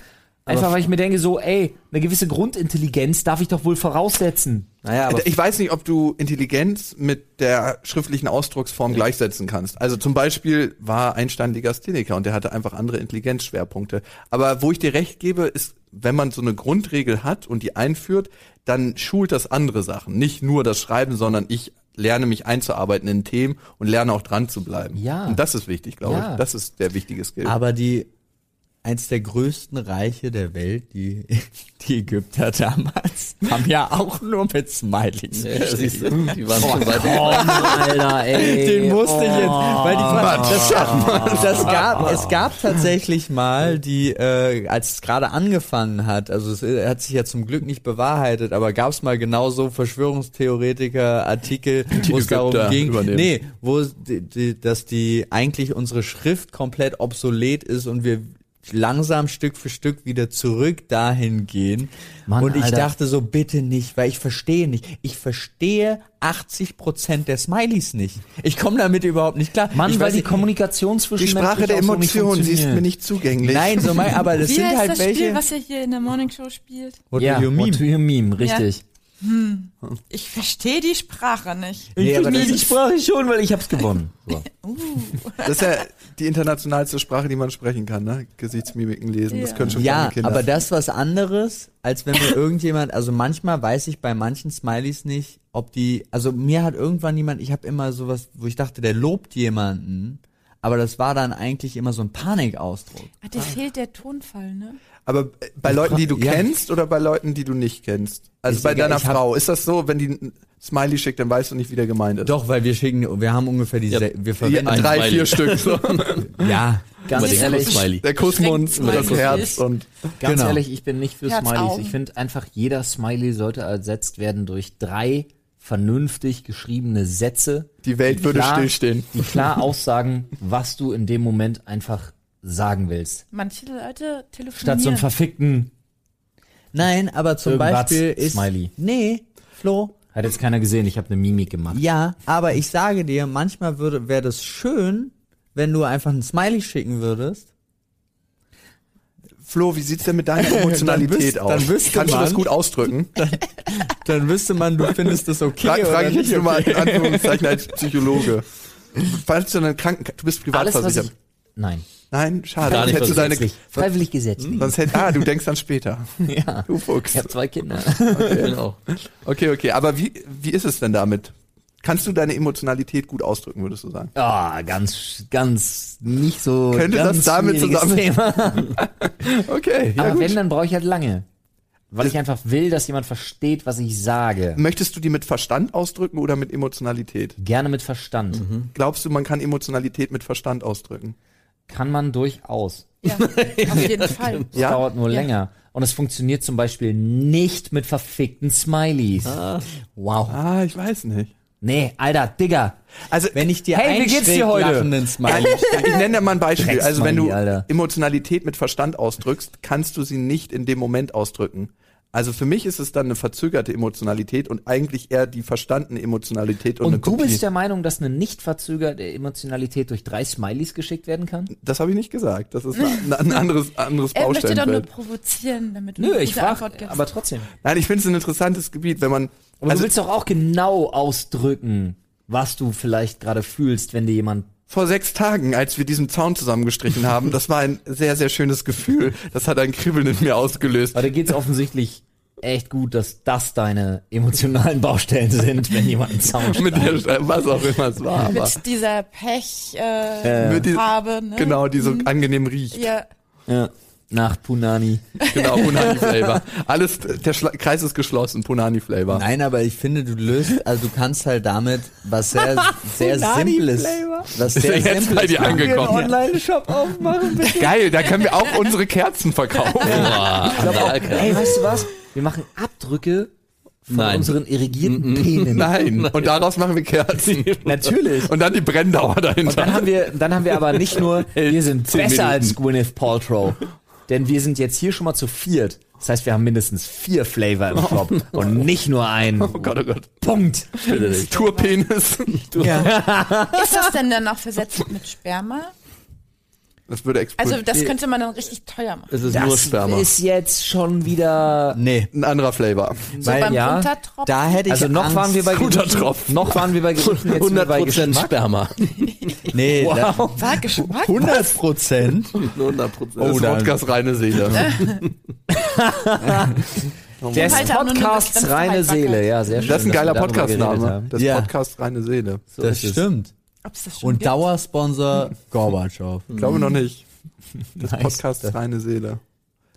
Speaker 1: Einfach weil ich mir denke, so, ey, eine gewisse Grundintelligenz darf ich doch wohl voraussetzen.
Speaker 4: Naja, aber
Speaker 2: Äh, ich weiß nicht, ob du Intelligenz mit der schriftlichen Ausdrucksform gleichsetzen kannst. Also zum Beispiel war Einstein Legastheniker und der hatte einfach andere Intelligenzschwerpunkte. Aber wo ich dir recht gebe, ist, wenn man so eine Grundregel hat und die einführt, dann schult das andere Sachen. Nicht nur das Schreiben, sondern ich lerne mich einzuarbeiten in Themen und lerne auch dran zu bleiben.
Speaker 1: Ja.
Speaker 2: Und das ist wichtig, glaube
Speaker 1: Ja.
Speaker 2: ich. Das ist der wichtige Skill.
Speaker 5: Aber die, eins der größten Reiche der Welt, die, die Ägypter damals, haben ja auch nur mit Smileys.
Speaker 4: ja, siehst du, die waren schon weit
Speaker 1: Oh, Alter, ey.
Speaker 5: Den musste ich jetzt, weil die das, gab, das gab, es gab tatsächlich mal die, äh, als es gerade angefangen hat, also es äh, hat sich ja zum Glück nicht bewahrheitet, aber gab es mal genauso Verschwörungstheoretiker-Artikel, wo es darum
Speaker 2: Ägypter
Speaker 5: ging,
Speaker 2: übernehmen.
Speaker 5: nee, wo es, die, die, dass die eigentlich unsere Schrift komplett obsolet ist und wir langsam Stück für Stück wieder zurück dahin gehen.
Speaker 1: Mann,
Speaker 5: und ich
Speaker 1: Alter.
Speaker 5: dachte so, bitte nicht, weil ich verstehe nicht. Ich verstehe 80% der Smileys nicht. Ich komme damit überhaupt nicht klar.
Speaker 1: Mann,
Speaker 5: ich
Speaker 1: weil
Speaker 5: weiß
Speaker 1: die
Speaker 5: nicht-
Speaker 1: Kommunikation zwischen
Speaker 2: Die Sprache
Speaker 1: menschlich
Speaker 2: der
Speaker 1: auch so nicht
Speaker 2: Emotionen, sie ist
Speaker 1: funktioniert.
Speaker 2: mir nicht zugänglich.
Speaker 5: Nein, so mein, aber das
Speaker 3: Wie
Speaker 5: sind
Speaker 3: heißt
Speaker 5: halt
Speaker 3: das
Speaker 5: welche.
Speaker 3: Spiel, was er hier in der Morning Show spielt?
Speaker 5: What
Speaker 1: ja,
Speaker 5: do you mean?
Speaker 1: What do you meme, richtig.
Speaker 3: Ich verstehe die Sprache nicht.
Speaker 5: Nee, aber das
Speaker 1: die
Speaker 5: ist-
Speaker 1: Sprache schon, weil ich hab's gewonnen. So.
Speaker 2: Das ist ja die internationalste Sprache, die man sprechen kann, ne? Gesichtsmimiken lesen, das
Speaker 3: Ja.
Speaker 2: können schon
Speaker 5: Ja,
Speaker 2: kleine Kinder.
Speaker 5: aber das ist was anderes, als wenn mir irgendjemand, also manchmal weiß ich bei manchen Smileys nicht, ob die, also mir hat irgendwann jemand, ich habe immer sowas, wo ich dachte, der lobt jemanden, aber das war dann eigentlich immer so ein Panikausdruck.
Speaker 3: Ah, dir fehlt der Tonfall, ne?
Speaker 2: Aber bei Leuten, die du
Speaker 5: Ja.
Speaker 2: kennst oder bei Leuten, die du nicht kennst? Also
Speaker 5: Ist
Speaker 2: bei
Speaker 5: egal,
Speaker 2: deiner
Speaker 5: ich hab-
Speaker 2: Frau. Ist das so, wenn die ein Smiley schickt, dann weißt du nicht, wie der gemeint ist?
Speaker 5: Doch, weil wir schicken, wir haben ungefähr die,
Speaker 4: Ja.
Speaker 5: se- wir
Speaker 2: Ja,
Speaker 5: verwenden,
Speaker 2: drei,
Speaker 4: Smiley.
Speaker 2: vier Stück. So.
Speaker 5: ja,
Speaker 1: Ganz
Speaker 4: Immer den
Speaker 1: ehrlich,
Speaker 4: Smiley.
Speaker 2: Der Kussmund und
Speaker 3: Verschränkt
Speaker 2: das
Speaker 3: Smiley.
Speaker 2: Herz und
Speaker 1: ganz
Speaker 5: Genau.
Speaker 1: ehrlich, ich bin nicht für
Speaker 3: Herz,
Speaker 1: Smileys.
Speaker 3: Augen.
Speaker 1: Ich finde einfach, jeder Smiley sollte ersetzt werden durch drei vernünftig geschriebene Sätze,
Speaker 2: die Welt würde
Speaker 1: Klar.
Speaker 2: stillstehen.
Speaker 1: die klar aussagen, was du in dem Moment einfach sagen willst.
Speaker 3: Manche Leute telefonieren.
Speaker 1: Statt so einen verfickten,
Speaker 5: nein, aber zum
Speaker 1: Irgendwas,
Speaker 5: Beispiel ist,
Speaker 1: Smiley.
Speaker 5: nee, Flo,
Speaker 1: hat jetzt keiner gesehen, ich habe eine Mimik gemacht.
Speaker 5: ja, aber ich sage dir, manchmal würde, wäre das schön, wenn du einfach ein Smiley schicken würdest,
Speaker 2: Flo, wie sieht's denn mit deiner Emotionalität
Speaker 5: wüsst-
Speaker 2: aus?
Speaker 5: dann wüsste
Speaker 2: Kannst du das
Speaker 5: man-
Speaker 2: gut ausdrücken?
Speaker 5: dann wüsste man, du findest das okay.
Speaker 2: Frag, frag ich
Speaker 5: oder
Speaker 2: dich
Speaker 5: nicht
Speaker 2: nur mal
Speaker 5: okay.
Speaker 2: in Anführungszeichen als Psychologe. Falls du einen Kranken, du bist privat
Speaker 1: Alles, was ich,
Speaker 2: versichert.
Speaker 1: nein,
Speaker 2: Nein, schade.
Speaker 4: Gar
Speaker 2: Sonst
Speaker 4: nicht
Speaker 2: hättest du deine,
Speaker 1: gesetzlich. freiwillig gesetzlich.
Speaker 2: sonst hätt, ah, du denkst dann später.
Speaker 1: Ja.
Speaker 2: Du Fuchs.
Speaker 1: Ich habe zwei Kinder.
Speaker 4: Genau.
Speaker 2: Okay, okay. Aber wie, wie ist es denn damit? Kannst du deine Emotionalität gut ausdrücken, würdest du sagen?
Speaker 1: Ah, ganz, ganz nicht so.
Speaker 2: Könnte das
Speaker 1: ganz
Speaker 2: damit
Speaker 1: schwieriges
Speaker 2: zusammen-
Speaker 1: Thema.
Speaker 2: Okay, ja
Speaker 1: Aber
Speaker 2: gut.
Speaker 1: wenn, dann brauche ich halt lange. Weil ich einfach will, dass jemand versteht, was ich sage.
Speaker 2: Möchtest du die mit Verstand ausdrücken oder mit Emotionalität?
Speaker 1: Gerne mit Verstand.
Speaker 2: Mhm. Glaubst du, man kann Emotionalität mit Verstand ausdrücken?
Speaker 1: Kann man durchaus.
Speaker 3: Ja, auf jeden Fall.
Speaker 1: Es
Speaker 2: Ja?
Speaker 1: dauert nur
Speaker 3: Ja.
Speaker 1: länger. Und es funktioniert zum Beispiel nicht mit verfickten Smileys. Wow.
Speaker 2: Ah, ich weiß nicht.
Speaker 1: Nee, Alter, Digga.
Speaker 2: Also,
Speaker 5: Wenn ich dir
Speaker 1: Hey,
Speaker 5: hey,
Speaker 1: wie
Speaker 5: einen
Speaker 1: geht's
Speaker 5: schräg
Speaker 1: dir heute?
Speaker 5: lachenden Smiley
Speaker 2: ich nenne dir mal ein Beispiel.
Speaker 1: Drecks-
Speaker 2: Also, wenn du
Speaker 1: Manni, Alter.
Speaker 2: Emotionalität mit Verstand ausdrückst, kannst du sie nicht in dem Moment ausdrücken. Also für mich ist es dann eine verzögerte Emotionalität und eigentlich eher die verstandene Emotionalität und, eine
Speaker 1: Und du
Speaker 2: Kopie.
Speaker 1: bist der Meinung, dass eine nicht verzögerte Emotionalität durch drei Smileys geschickt werden kann?
Speaker 2: das habe ich nicht gesagt. Das ist ein ein anderes anderes
Speaker 3: Er möchte doch nur
Speaker 2: Baustellenfeld.
Speaker 3: provozieren, damit du
Speaker 1: Nö,
Speaker 3: eine
Speaker 1: ich
Speaker 3: gute Antwort
Speaker 1: frage,
Speaker 3: gibst.
Speaker 1: aber trotzdem.
Speaker 2: Nein, ich finde es ein interessantes Gebiet, wenn man
Speaker 1: Aber
Speaker 2: also
Speaker 1: du willst doch auch genau ausdrücken, was du vielleicht gerade fühlst, wenn dir jemand
Speaker 2: vor sechs Tagen, als wir diesen Zaun zusammengestrichen haben, das war ein sehr, sehr schönes Gefühl. Das hat ein Kribbeln in mir ausgelöst.
Speaker 1: Weil da geht's offensichtlich echt gut, dass das deine emotionalen Baustellen sind, wenn jemand einen Zaun
Speaker 2: Mit
Speaker 1: steigt.
Speaker 2: der, was auch immer es war. Aber
Speaker 3: mit dieser Pech, äh,
Speaker 2: Mit die-
Speaker 3: Farbe, ne?
Speaker 2: genau, die so angenehm riecht.
Speaker 3: Ja,
Speaker 1: Ja, nach Punani.
Speaker 2: Genau, Punani-Flavor. Alles, der Schla Kreis ist geschlossen, Punani-Flavor.
Speaker 5: Nein, aber ich finde, du löst, also du kannst halt damit was sehr, sehr simples, was sehr
Speaker 2: Ist ja jetzt bei
Speaker 5: simples
Speaker 2: dir
Speaker 5: machen.
Speaker 2: angekommen.
Speaker 1: Online-Shop aufmachen, bitte.
Speaker 2: Geil, da können wir auch unsere Kerzen verkaufen.
Speaker 1: Ey, weißt du was? Wir machen Abdrücke von
Speaker 4: Nein.
Speaker 1: unseren irrigierten Penen.
Speaker 2: Mhm. Nein, und daraus machen wir Kerzen.
Speaker 1: Natürlich.
Speaker 2: Und dann die Brenndauer
Speaker 1: Und dann
Speaker 2: dahinter.
Speaker 1: haben wir, dann haben wir aber nicht nur, wir sind
Speaker 2: Zehn
Speaker 1: besser
Speaker 2: Minuten.
Speaker 1: als Gwyneth Paltrow. Denn wir sind jetzt hier schon mal zu viert. Das heißt, wir haben mindestens vier Flavor im Shop und nicht nur einen.
Speaker 2: Oh Gott, oh Gott.
Speaker 1: Punkt.
Speaker 2: Tourpenis.
Speaker 3: ist das denn dann auch versetzt mit Sperma?
Speaker 2: Das würde explodieren.
Speaker 3: Also das könnte man dann richtig teuer machen.
Speaker 4: Es ist nur
Speaker 1: Das
Speaker 4: Sperma.
Speaker 1: ist jetzt schon wieder.
Speaker 5: Nee,
Speaker 2: ein anderer Flavor.
Speaker 3: So
Speaker 1: weil,
Speaker 3: beim
Speaker 1: ja,
Speaker 3: Runtertropfen.
Speaker 5: da hätte ich
Speaker 1: Also noch
Speaker 5: Angst.
Speaker 1: waren wir bei
Speaker 2: Guter
Speaker 1: Gerüchen-
Speaker 2: Tropfen.
Speaker 1: Noch waren wir bei Gerüchen, jetzt sind wir bei Geschmack.
Speaker 4: Sperma.
Speaker 5: nee, da-
Speaker 3: War Geschmack?
Speaker 5: 100 Prozent.
Speaker 4: 100 Prozent.
Speaker 2: Das
Speaker 5: Oh,
Speaker 2: ist
Speaker 5: dann-
Speaker 2: Wodkas reine Seele.
Speaker 1: Des
Speaker 3: Halt auch nur eine
Speaker 1: Podcasts
Speaker 3: begrenzte
Speaker 1: reine
Speaker 3: Haltbarkeit.
Speaker 1: Seele, ja, sehr schön.
Speaker 2: Das ist ein
Speaker 1: dass wir
Speaker 2: geiler
Speaker 1: darüber geredet
Speaker 2: Podcast-Name.
Speaker 1: haben.
Speaker 2: Das
Speaker 5: Ja.
Speaker 2: Podcast reine Seele.
Speaker 5: Das
Speaker 1: ist es.
Speaker 5: stimmt.
Speaker 3: Ob's das schon
Speaker 5: Und
Speaker 3: gibt?
Speaker 5: Dauersponsor Gorbatschow.
Speaker 2: Ich glaube noch nicht. Das
Speaker 1: Nice.
Speaker 2: Podcast reine Seele.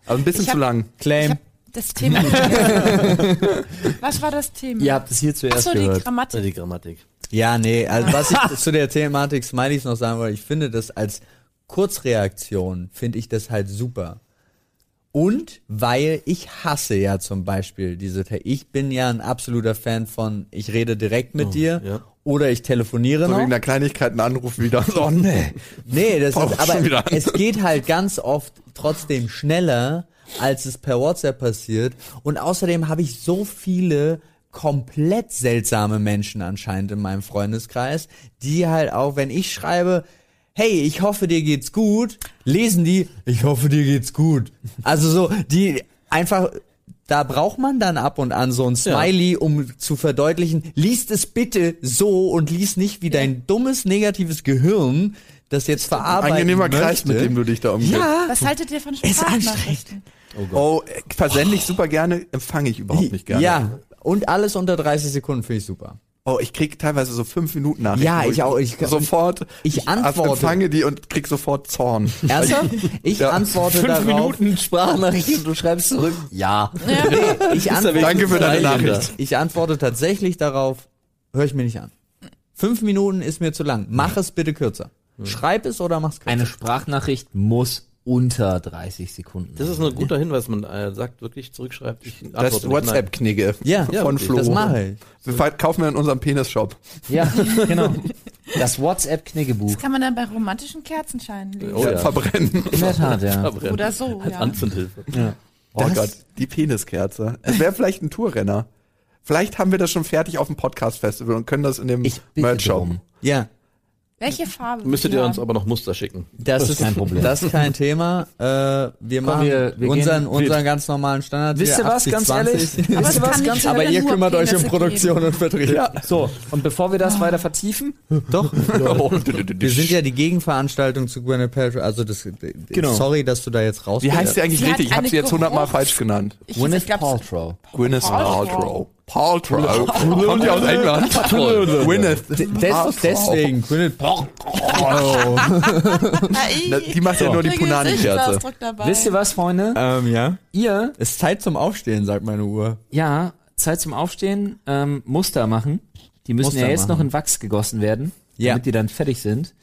Speaker 2: Aber ein bisschen
Speaker 3: Ich hab-
Speaker 2: zu lang.
Speaker 3: Ich
Speaker 5: Claim.
Speaker 3: hab das Thema. Was war das Thema?
Speaker 1: Ihr habt es hier
Speaker 3: Ach
Speaker 1: zuerst
Speaker 3: so, die
Speaker 1: gehört.
Speaker 3: Grammatik.
Speaker 4: Die Grammatik.
Speaker 5: Ja, nee, also was ich zu der Thematik Smileys noch sagen wollte, ich finde das als Kurzreaktion, finde ich das halt super. Und weil ich hasse ja zum Beispiel diese, Te- ich bin ja ein absoluter Fan von, ich rede direkt mit dir
Speaker 4: ja.
Speaker 5: oder ich telefoniere
Speaker 2: So Oh, wegen
Speaker 5: noch.
Speaker 2: einer Kleinigkeit einen Anruf wieder. So, nee.
Speaker 5: Genau. Nee, das
Speaker 2: Brauch
Speaker 5: ist,
Speaker 2: ich schon wieder
Speaker 5: aber
Speaker 2: an.
Speaker 5: es geht halt ganz oft trotzdem schneller, als es per WhatsApp passiert. Und außerdem habe ich so viele komplett seltsame Menschen anscheinend in meinem Freundeskreis, die halt auch, wenn ich schreibe, hey, ich hoffe, dir geht's gut, lesen die, ich hoffe, dir geht's gut. Also so, die einfach, da braucht man dann ab und an so ein Smiley, um zu verdeutlichen, liest es bitte so und liest nicht wie dein dummes negatives Gehirn, das jetzt verarbeiten
Speaker 2: Angenehmer
Speaker 5: möchte.
Speaker 2: Kreis, mit dem du dich da umgibst.
Speaker 5: Ja,
Speaker 3: Was haltet ihr von
Speaker 5: Ist anstrengend.
Speaker 3: Sprachnachrichten?
Speaker 2: Oh, äh, versende ich super gerne, empfange ich überhaupt nicht gerne.
Speaker 5: ja. Und alles unter 30 Sekunden finde ich super.
Speaker 2: Oh, ich krieg teilweise so fünf Minuten Nachrichten.
Speaker 5: Ja,
Speaker 2: wo
Speaker 5: ich auch, ich-
Speaker 2: sofort.
Speaker 5: ich antworte.
Speaker 2: empfange die und krieg sofort Zorn.
Speaker 5: Ernsthaft? Ich
Speaker 2: Ja.
Speaker 5: antworte darauf.
Speaker 1: Sprachnachricht und du schreibst zurück. Ja.
Speaker 5: Ich antworte,
Speaker 2: Danke für deine
Speaker 4: Zeichen da.
Speaker 2: Nachricht.
Speaker 5: ich antworte tatsächlich darauf, höre ich mir nicht an. Fünf Minuten ist mir zu lang. Mach es bitte kürzer. Schreib es oder mach es kürzer.
Speaker 1: Eine Sprachnachricht muss unter 30 Sekunden.
Speaker 4: Das ist ein guter Hinweis, man äh, sagt wirklich, zurückschreibt, ich
Speaker 2: Das
Speaker 4: antworte
Speaker 2: ist
Speaker 4: nicht, nein.
Speaker 2: WhatsApp-Knigge
Speaker 5: Ja, ja,
Speaker 2: von Flo.
Speaker 5: das halt. mache ich.
Speaker 2: Wir kaufen wir in unserem Penis-Shop.
Speaker 1: ja, genau. Das WhatsApp-Kniggebuch.
Speaker 3: Das kann man dann bei romantischen Kerzenscheinen lesen.
Speaker 4: Oh ja.
Speaker 2: Verbrennen.
Speaker 1: In der Tat, ja.
Speaker 4: Verbrennen.
Speaker 3: Oder so,
Speaker 4: Als
Speaker 3: ja.
Speaker 4: Anzündhilfe.
Speaker 2: Oh Gott, die Peniskerze. Es wäre vielleicht ein Tourrenner. Vielleicht haben wir das schon fertig auf dem Podcast-Festival und können das in dem
Speaker 1: Ich bitte
Speaker 2: Merch-Shop.
Speaker 1: darum.
Speaker 5: Ja,
Speaker 3: Welche Farbe?
Speaker 4: Müsstet ihr
Speaker 3: Ja.
Speaker 4: uns aber noch Muster schicken.
Speaker 5: das,
Speaker 1: Das ist
Speaker 5: ist
Speaker 1: kein Problem.
Speaker 5: Das ist kein Thema. Äh, wir machen
Speaker 1: wir- wir
Speaker 5: unseren,
Speaker 1: gehen-
Speaker 5: unseren ganz normalen Standard.
Speaker 1: Wisst ihr
Speaker 5: hier,
Speaker 1: was, ganz
Speaker 5: 80, 20.
Speaker 1: ehrlich?
Speaker 3: Aber es kann nicht
Speaker 5: Aber
Speaker 3: leider
Speaker 5: ihr
Speaker 3: nur
Speaker 5: kümmert euch um
Speaker 3: Penisse
Speaker 5: Produktion und Vertrieb.
Speaker 2: Ja.
Speaker 1: So, und bevor wir das weiter vertiefen,
Speaker 5: Doch.
Speaker 2: Oh,
Speaker 5: Wir sind ja die Gegenveranstaltung zu Gwyneth Paltrow. Also das,
Speaker 1: Genau.
Speaker 5: sorry, dass du da jetzt raus
Speaker 2: Wie heißt sie eigentlich
Speaker 3: Sie hat
Speaker 2: richtig? Ich habe
Speaker 3: eine
Speaker 2: sie jetzt hundertmal
Speaker 3: Geruchs-
Speaker 2: falsch genannt.
Speaker 3: Ich, ich
Speaker 1: Gwyneth
Speaker 3: glaub,
Speaker 1: Paltrow.
Speaker 2: Gwyneth Paltrow.
Speaker 3: Paltrow.
Speaker 2: Paltrow. Kommt die aus England? Gwyneth Paltrow.
Speaker 5: deswegen, Gwyneth Paltrow.
Speaker 2: Na, Die macht ja nur die Punani-Kerze.
Speaker 3: dabei.
Speaker 1: Wisst ihr was, Freunde?
Speaker 5: ähm, ja.
Speaker 1: Ihr,
Speaker 5: Es ist Zeit zum Aufstehen, sagt meine Uhr.
Speaker 1: ja, Zeit zum Aufstehen, ähm, Muster machen. Die müssen
Speaker 5: Muster
Speaker 1: ja jetzt
Speaker 5: machen.
Speaker 1: noch in Wachs gegossen werden,
Speaker 5: Ja.
Speaker 1: damit die dann fertig sind.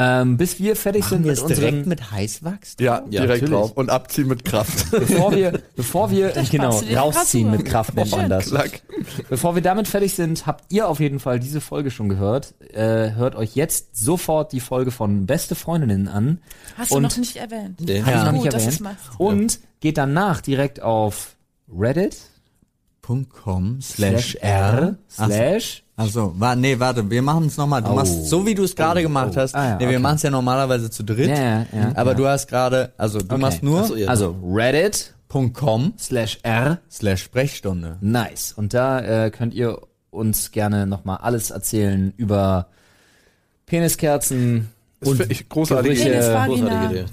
Speaker 1: Ähm, bis wir fertig sind mit unseren
Speaker 5: mit Heißwachs?
Speaker 2: Ja,
Speaker 4: Ja,
Speaker 2: direkt
Speaker 1: natürlich.
Speaker 2: drauf. Und abziehen mit Kraft.
Speaker 1: bevor wir, bevor wir,
Speaker 3: sparst
Speaker 1: genau,
Speaker 3: du dir die
Speaker 1: rausziehen
Speaker 3: Rasur.
Speaker 1: mit Kraft nennt man das.
Speaker 2: Klack.
Speaker 1: Bevor wir damit fertig sind, habt ihr auf jeden Fall diese Folge schon gehört. Äh, hört euch jetzt sofort die Folge von Beste Freundinnen an.
Speaker 3: Hast du
Speaker 1: Und-
Speaker 3: noch nicht erwähnt.
Speaker 4: Nee.
Speaker 1: Hab ich noch
Speaker 3: Gut,
Speaker 1: nicht
Speaker 3: dass du's
Speaker 1: erwähnt.
Speaker 3: machst.
Speaker 1: Und geht danach direkt auf Reddit
Speaker 5: .com
Speaker 1: slash
Speaker 5: slash
Speaker 1: r slash
Speaker 5: Also, wa nee, warte, wir machen es nochmal. Du
Speaker 1: Oh.
Speaker 5: machst so, wie du es gerade gemacht hast.
Speaker 1: Ah, ja,
Speaker 5: nee, wir
Speaker 1: okay.
Speaker 5: machen es ja normalerweise zu dritt.
Speaker 1: Ja, ja, ja,
Speaker 5: aber
Speaker 1: ja.
Speaker 5: du hast gerade, also du machst nur
Speaker 4: Ach so, ja.
Speaker 1: also Reddit
Speaker 5: .com
Speaker 1: slash r
Speaker 5: slash Sprechstunde.
Speaker 1: nice. Und da äh, könnt ihr uns gerne nochmal alles erzählen über Peniskerzen
Speaker 2: Das
Speaker 1: und
Speaker 2: finde ich großartig.
Speaker 1: Gerüche.
Speaker 3: Penisvagina.
Speaker 4: Großartige Idee.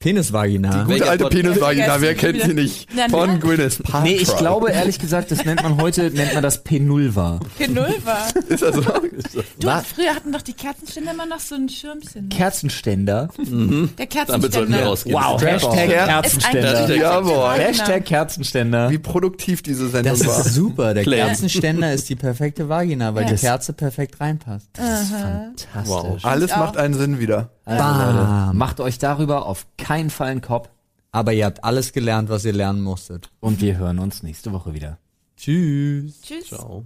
Speaker 5: Penisvagina.
Speaker 2: Gute
Speaker 4: Welcher
Speaker 2: alte
Speaker 4: Podcast?
Speaker 2: Penisvagina, wer
Speaker 3: Vergessen
Speaker 2: kennt
Speaker 3: wieder.
Speaker 2: sie nicht?
Speaker 3: Na,
Speaker 2: Von
Speaker 3: ne?
Speaker 2: Gwyneth Paltrow.
Speaker 1: Nee, ich glaube ehrlich gesagt, das nennt man heute, nennt man das Penulva.
Speaker 3: Genulva.
Speaker 2: Ist also,
Speaker 3: Du, früher hatten doch die Kerzenständer immer noch so ein Schirmchen. ne?
Speaker 1: Kerzenständer.
Speaker 3: Der
Speaker 4: Damit sollten wir
Speaker 3: Kerzenständer.
Speaker 4: rausgehen.
Speaker 1: Hashtag
Speaker 2: Ker-
Speaker 3: Ist Genau.
Speaker 1: Kerzenständer.
Speaker 3: eigentlich-
Speaker 2: jawohl.
Speaker 1: Hashtag Kerzenständer.
Speaker 2: Wie produktiv diese Sendung
Speaker 5: Das
Speaker 2: war.
Speaker 5: ist super. Der
Speaker 4: Claire.
Speaker 5: Kerzenständer ist die perfekte Vagina, weil
Speaker 1: Ja.
Speaker 5: die Kerze perfekt reinpasst.
Speaker 1: Fantastisch.
Speaker 2: Alles
Speaker 3: auch.
Speaker 2: macht einen Sinn wieder.
Speaker 1: Also, Leute, macht euch darüber auf keinen Fall einen Kopf
Speaker 5: Aber ihr habt alles gelernt, was ihr lernen musstet.
Speaker 1: und wir hören uns nächste Woche wieder.
Speaker 5: Tschüss.
Speaker 3: Tschüss.
Speaker 4: Ciao.